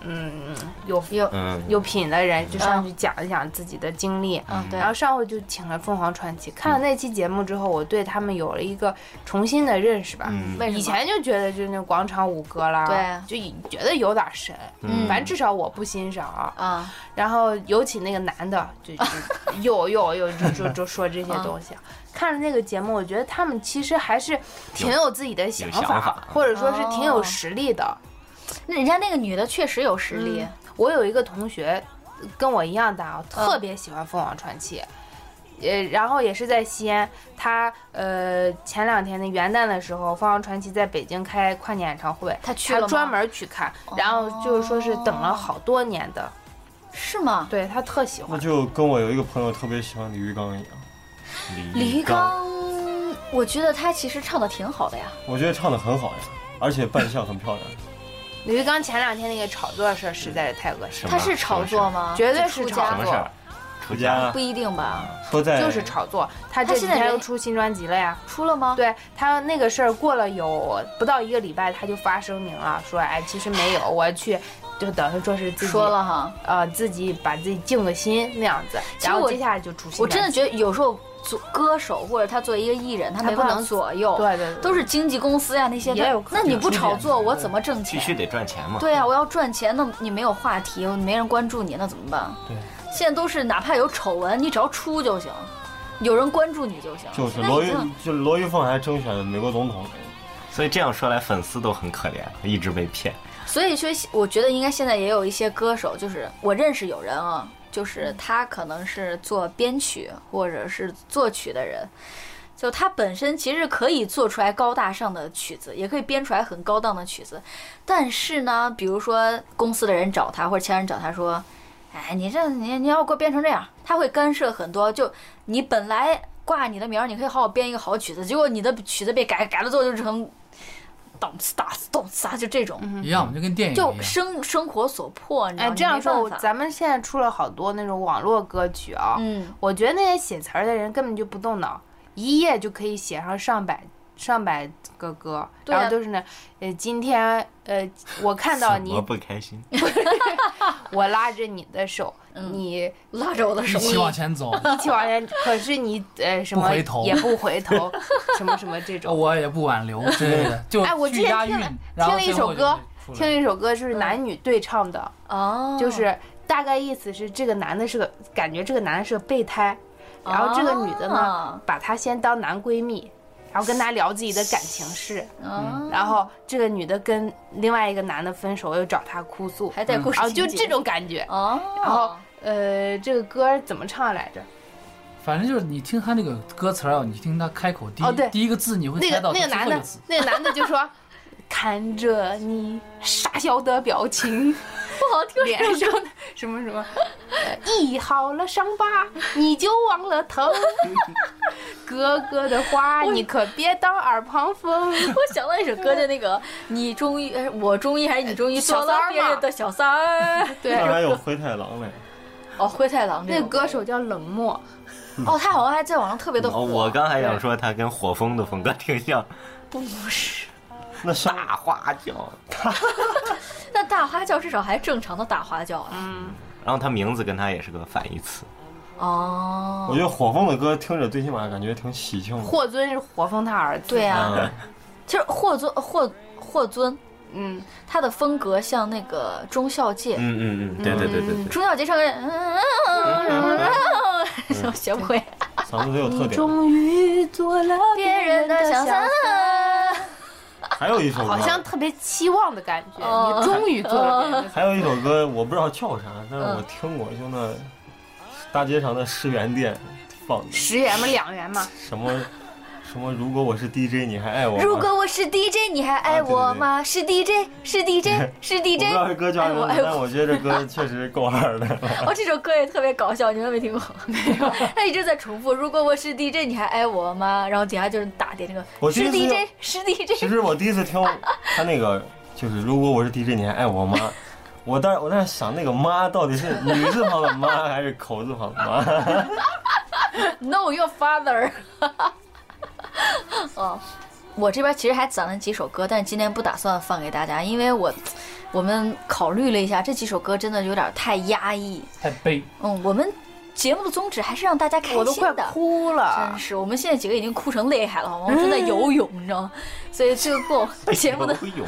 Speaker 4: 嗯，有有
Speaker 1: 嗯，
Speaker 4: 有品的人就上去讲一讲自己的经历。
Speaker 3: 嗯，对
Speaker 4: 然。后上回就请了凤凰传奇，看了那期节目之后，我对他们有了一个重新的认识吧。
Speaker 1: 嗯
Speaker 3: 为什么
Speaker 4: 以前就觉得就是那广场舞歌啦，
Speaker 3: 对啊
Speaker 4: 就觉得有点神，
Speaker 3: 嗯
Speaker 4: 反正至少我不欣赏啊。
Speaker 3: 啊，
Speaker 4: 然后尤其那个男的，就 就又又又就就就说这些东西啊。
Speaker 3: 嗯
Speaker 4: 看了那个节目，我觉得他们其实还是挺有自己的想
Speaker 1: 有想法
Speaker 4: 或者说是挺有
Speaker 3: 嗯哦
Speaker 4: 实力的。
Speaker 3: 那人家那个女的确实有实力，
Speaker 4: 我有一个同学，跟我一样大啊，
Speaker 3: 嗯
Speaker 4: 特别喜欢凤凰传奇。呃，然后也是在西安，他呃前两天的元旦的时候，凤凰传奇在北京开跨年演唱会，
Speaker 3: 他去
Speaker 4: 他
Speaker 3: 了吗
Speaker 4: 专门去看，然后就是说是等了好多年的，
Speaker 3: 是吗？
Speaker 4: 对他特喜欢
Speaker 6: 那。就跟我有一个朋友特别喜欢李玉刚一样，
Speaker 3: 李玉
Speaker 1: 刚，
Speaker 3: 刚，我觉得他其实唱的挺好的呀。
Speaker 6: 我觉得唱的很好呀，而且扮相很漂亮。
Speaker 4: 刘玉刚前两天那个炒作的事儿实在是太恶心
Speaker 3: 他
Speaker 4: 了，
Speaker 3: 是炒作吗？
Speaker 4: 绝对
Speaker 3: 是
Speaker 4: 是
Speaker 3: 出
Speaker 4: 炒
Speaker 3: 家
Speaker 1: 什么事
Speaker 4: 作
Speaker 1: 儿，？出家了
Speaker 3: 不一定吧？
Speaker 6: 说在
Speaker 4: 就是炒作。他这几
Speaker 3: 他现在
Speaker 4: 天
Speaker 3: 人
Speaker 4: 又出新专辑了呀。
Speaker 3: 出了吗？
Speaker 4: 对他那个事儿过了有不到一个礼拜，他就发声明了，说哎，其实没有，我去，就等于说是自己
Speaker 3: 说了哈。
Speaker 4: 呃，自己把自己静个心那样子，
Speaker 3: 其实
Speaker 4: 然后
Speaker 3: 我
Speaker 4: 接下来就出新
Speaker 3: 我
Speaker 4: 专
Speaker 3: 真的
Speaker 4: 辑。
Speaker 3: 觉得有时候做歌手或者他作为一个艺人，他
Speaker 4: 他
Speaker 3: 没
Speaker 4: 不
Speaker 3: 办法
Speaker 4: 能
Speaker 3: 左右，
Speaker 4: 对对对
Speaker 3: 都是经纪公司呀那些的。
Speaker 4: 也有可
Speaker 3: 那
Speaker 4: 能
Speaker 3: 你不炒作，
Speaker 5: 对
Speaker 3: 我怎么挣
Speaker 1: 必须
Speaker 3: 钱？
Speaker 1: 得赚钱嘛。
Speaker 3: 对呀、啊我要赚钱，那你没有话题，没人关注你，那怎么办？
Speaker 6: 对，
Speaker 3: 现在都是哪怕有丑闻，你只要出就行，有人关注你就行。
Speaker 6: 就是
Speaker 3: 现在
Speaker 6: 罗
Speaker 3: 已
Speaker 6: 玉
Speaker 3: 经，
Speaker 6: 就罗玉凤还征选美国总统，
Speaker 1: 所以这样说来，粉丝都很可怜，一直被骗。
Speaker 3: 所以说，我觉得应该现在也有一些歌手，就是我认识有人啊，就是他可能是做编曲或者是作曲的人，就他本身其实可以做出来高大上的曲子，也可以编出来很高档的曲子，但是呢，比如说公司的人找他或者其他人找他说，哎，你这你你要给我编成这样，他会干涉很多，就你本来挂你的名儿，你可以好好编一个好曲子，结果你的曲子被改改了之后就成。咚呲哒呲咚呲哒，就这种，
Speaker 5: 一样，就跟电影一
Speaker 3: 就
Speaker 5: 样。
Speaker 3: 生生活所迫，你知道
Speaker 4: 哎，
Speaker 3: 吗
Speaker 4: 这样说，我，
Speaker 3: 你没办法
Speaker 4: 咱们现在出了好多那种网络歌曲啊，
Speaker 3: 嗯，
Speaker 4: 我觉得那些写词儿的人根本就不动脑，一页就可以写上上百上百个歌，
Speaker 3: 对啊
Speaker 4: 然后都是呢，呃，今天呃，我看到
Speaker 1: 怎
Speaker 4: 你
Speaker 1: 么，不开心？
Speaker 4: 我拉着你的手，
Speaker 3: 嗯
Speaker 4: 你
Speaker 3: 拉着我的
Speaker 5: 一
Speaker 3: 手，
Speaker 5: 起往前走，
Speaker 4: 一起往前，可是你呃什
Speaker 5: 不
Speaker 4: 么
Speaker 5: 回头
Speaker 4: 也不回头，什么什么这种。
Speaker 5: 我也不挽留之类的，就
Speaker 4: 哎，我之
Speaker 5: 去押
Speaker 4: 前听
Speaker 5: 韵
Speaker 4: 了，
Speaker 5: 然
Speaker 4: 听
Speaker 5: 后
Speaker 4: 了一
Speaker 5: 最
Speaker 4: 首
Speaker 5: 后就
Speaker 4: 歌，
Speaker 5: 出来
Speaker 4: 听了一首歌就是
Speaker 3: 嗯
Speaker 4: 男女对唱的，
Speaker 3: 哦，
Speaker 4: 就是大概意思是这个男的是个感觉这个男的是个备胎，然后这个女的呢
Speaker 3: 啊
Speaker 4: 把他先当男闺蜜，然后跟他聊自己的感情事，
Speaker 3: 嗯，
Speaker 4: 然后这个女的跟另外一个男的分手又找他哭诉，
Speaker 3: 还带故事
Speaker 4: 然后
Speaker 3: 情节，
Speaker 4: 就这种感觉。
Speaker 3: 哦，
Speaker 4: 然后呃，这个歌怎么唱来着？
Speaker 5: 反正就是你听他那个歌词儿啊，你听他开口第一、
Speaker 4: 哦对
Speaker 5: 第一个字，你会
Speaker 4: 那
Speaker 5: 猜
Speaker 4: 个
Speaker 5: 到
Speaker 4: 那个
Speaker 5: 他
Speaker 4: 男
Speaker 5: 最后一
Speaker 4: 的
Speaker 5: 个字，，
Speaker 4: 那个男的就说。 看着你傻笑的表情，
Speaker 3: 不好听，
Speaker 4: 脸上的 什么什么，呃医好了伤疤，你就忘了疼。哥哥的花，你可别当耳旁风。
Speaker 3: 我想到一首歌，就那个你终于，哎我终于还是你终于做
Speaker 4: 小三
Speaker 3: 了
Speaker 4: 儿
Speaker 3: 别人
Speaker 4: 嘛
Speaker 3: 的小三儿，
Speaker 4: 对，
Speaker 6: 当然有灰太狼嘞。
Speaker 3: 哦，灰太狼
Speaker 4: 那
Speaker 3: 这
Speaker 4: 个歌手叫冷漠，
Speaker 3: 哦，他好像还在网上特别的火，
Speaker 1: 哦，我刚还想说他跟火风的风格挺像，
Speaker 3: 不是。
Speaker 6: 那是
Speaker 1: 大花轿。
Speaker 3: 那大花轿至少还正常的大花轿啊！
Speaker 1: 然后他名字跟他也是个反义词，
Speaker 3: 哦，
Speaker 6: 我觉得火风的歌听着最起码感觉挺喜庆的。
Speaker 4: 霍尊是火风他儿子。
Speaker 3: 对啊，
Speaker 6: 嗯，
Speaker 3: 其实霍尊霍霍尊，
Speaker 4: 嗯，
Speaker 3: 他的风格像那个钟孝介，
Speaker 1: 嗯嗯嗯，对对对对对，
Speaker 3: 钟小杰唱歌，嗯，学不会
Speaker 6: 嗓子得有特
Speaker 4: 你
Speaker 6: 点。
Speaker 4: 终于做了
Speaker 3: 别人的小三啊
Speaker 4: 三，。
Speaker 6: 还有一首歌，
Speaker 4: 好像特别期望的感觉。
Speaker 3: 哦
Speaker 4: 你终于做了别人的小三。
Speaker 6: 还有一首歌，我不知道叫啥，但是我听过，就那大街上的十元店放的
Speaker 4: 十元嘛，两元嘛，
Speaker 6: 什么什么，如果我是 DJ，你还爱我吗？
Speaker 3: 如果我是 DJ，你还爱我吗？是 DJ，是 DJ，是
Speaker 6: 我不知
Speaker 3: DJ。
Speaker 6: 道这歌叫
Speaker 3: 爱
Speaker 6: 什
Speaker 3: 我
Speaker 6: 么，
Speaker 3: 爱
Speaker 6: 但
Speaker 3: 我。
Speaker 6: 我觉得这歌确实够二的。
Speaker 3: 哦，这首歌也特别搞笑，你们没听过？没有。他一直在重复，如果我是 DJ，你还爱我吗？然后底下就是打点这
Speaker 6: 我
Speaker 3: 个，
Speaker 6: 第一
Speaker 3: 是
Speaker 6: 次
Speaker 3: DJ，是 DJ
Speaker 6: 其。实我第一次听他那个，就是如果我是 DJ，你还爱我吗？我当时我在想，那个妈到底是女字旁的妈还是口字旁的妈？
Speaker 3: No, your father 哦，我这边其实还攒了几首歌，但是今天不打算放给大家，因为我我们考虑了一下，这几首歌真的有点太压抑。
Speaker 5: 太悲。
Speaker 3: 嗯，我们节目的宗旨还是让大家开心的。
Speaker 4: 我都快哭了
Speaker 3: 真。是，我们现在几个已经哭成泪海了，好吗？我们正在游泳，你知道吗？所以最 后节目的
Speaker 1: 哎呦，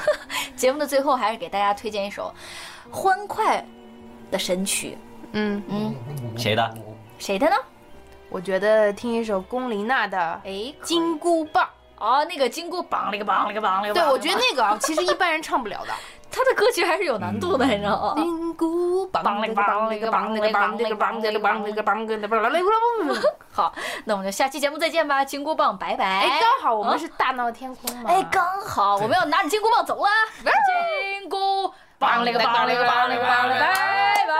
Speaker 3: 节目的最后，还是给大家推荐一首欢快的神曲，
Speaker 4: 嗯，
Speaker 1: 谁的？
Speaker 3: 谁的呢？
Speaker 4: 我觉得听一首龚琳娜的《
Speaker 3: 哎，
Speaker 4: 金箍棒》，
Speaker 3: 哦，那个金箍棒，那个棒，那个棒，那个
Speaker 4: 对
Speaker 3: 棒。
Speaker 4: 我觉得那个啊，其实一般人唱不了的。
Speaker 3: 他的歌曲还是有难度的，你知道吗？
Speaker 4: 金箍棒，
Speaker 3: 棒那个棒那个棒那个棒那个棒那个棒那个
Speaker 4: 棒，那个棒，那个棒。
Speaker 3: 好，那我们就下期节目再见吧，金箍棒，拜拜。
Speaker 4: 哎，刚好我们是大闹天宫嘛。
Speaker 3: 哎，刚好我们要拿着金箍棒走啦，金箍棒那个棒那个棒那个棒，拜拜。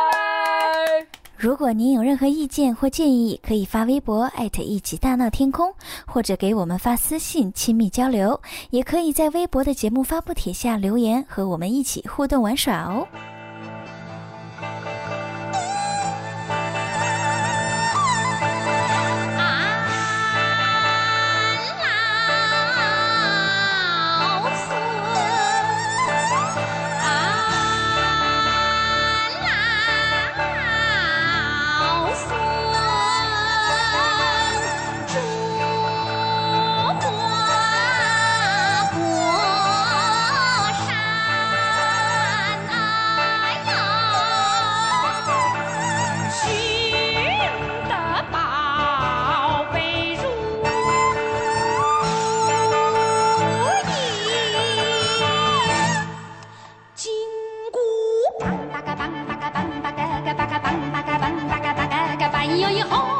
Speaker 9: 如果您有任何意见或建议，可以发微博艾特一起大闹天空，或者给我们发私信亲密交流，也可以在微博的节目发布帖下留言，和我们一起互动玩耍哦。
Speaker 7: 好孙出花过山哟，寻得宝贝如意。金箍棒，八嘎棒，八嘎棒，八嘎嘎，八嘎棒，八嘎棒，八嘎八嘎嘎，棒哟一吼。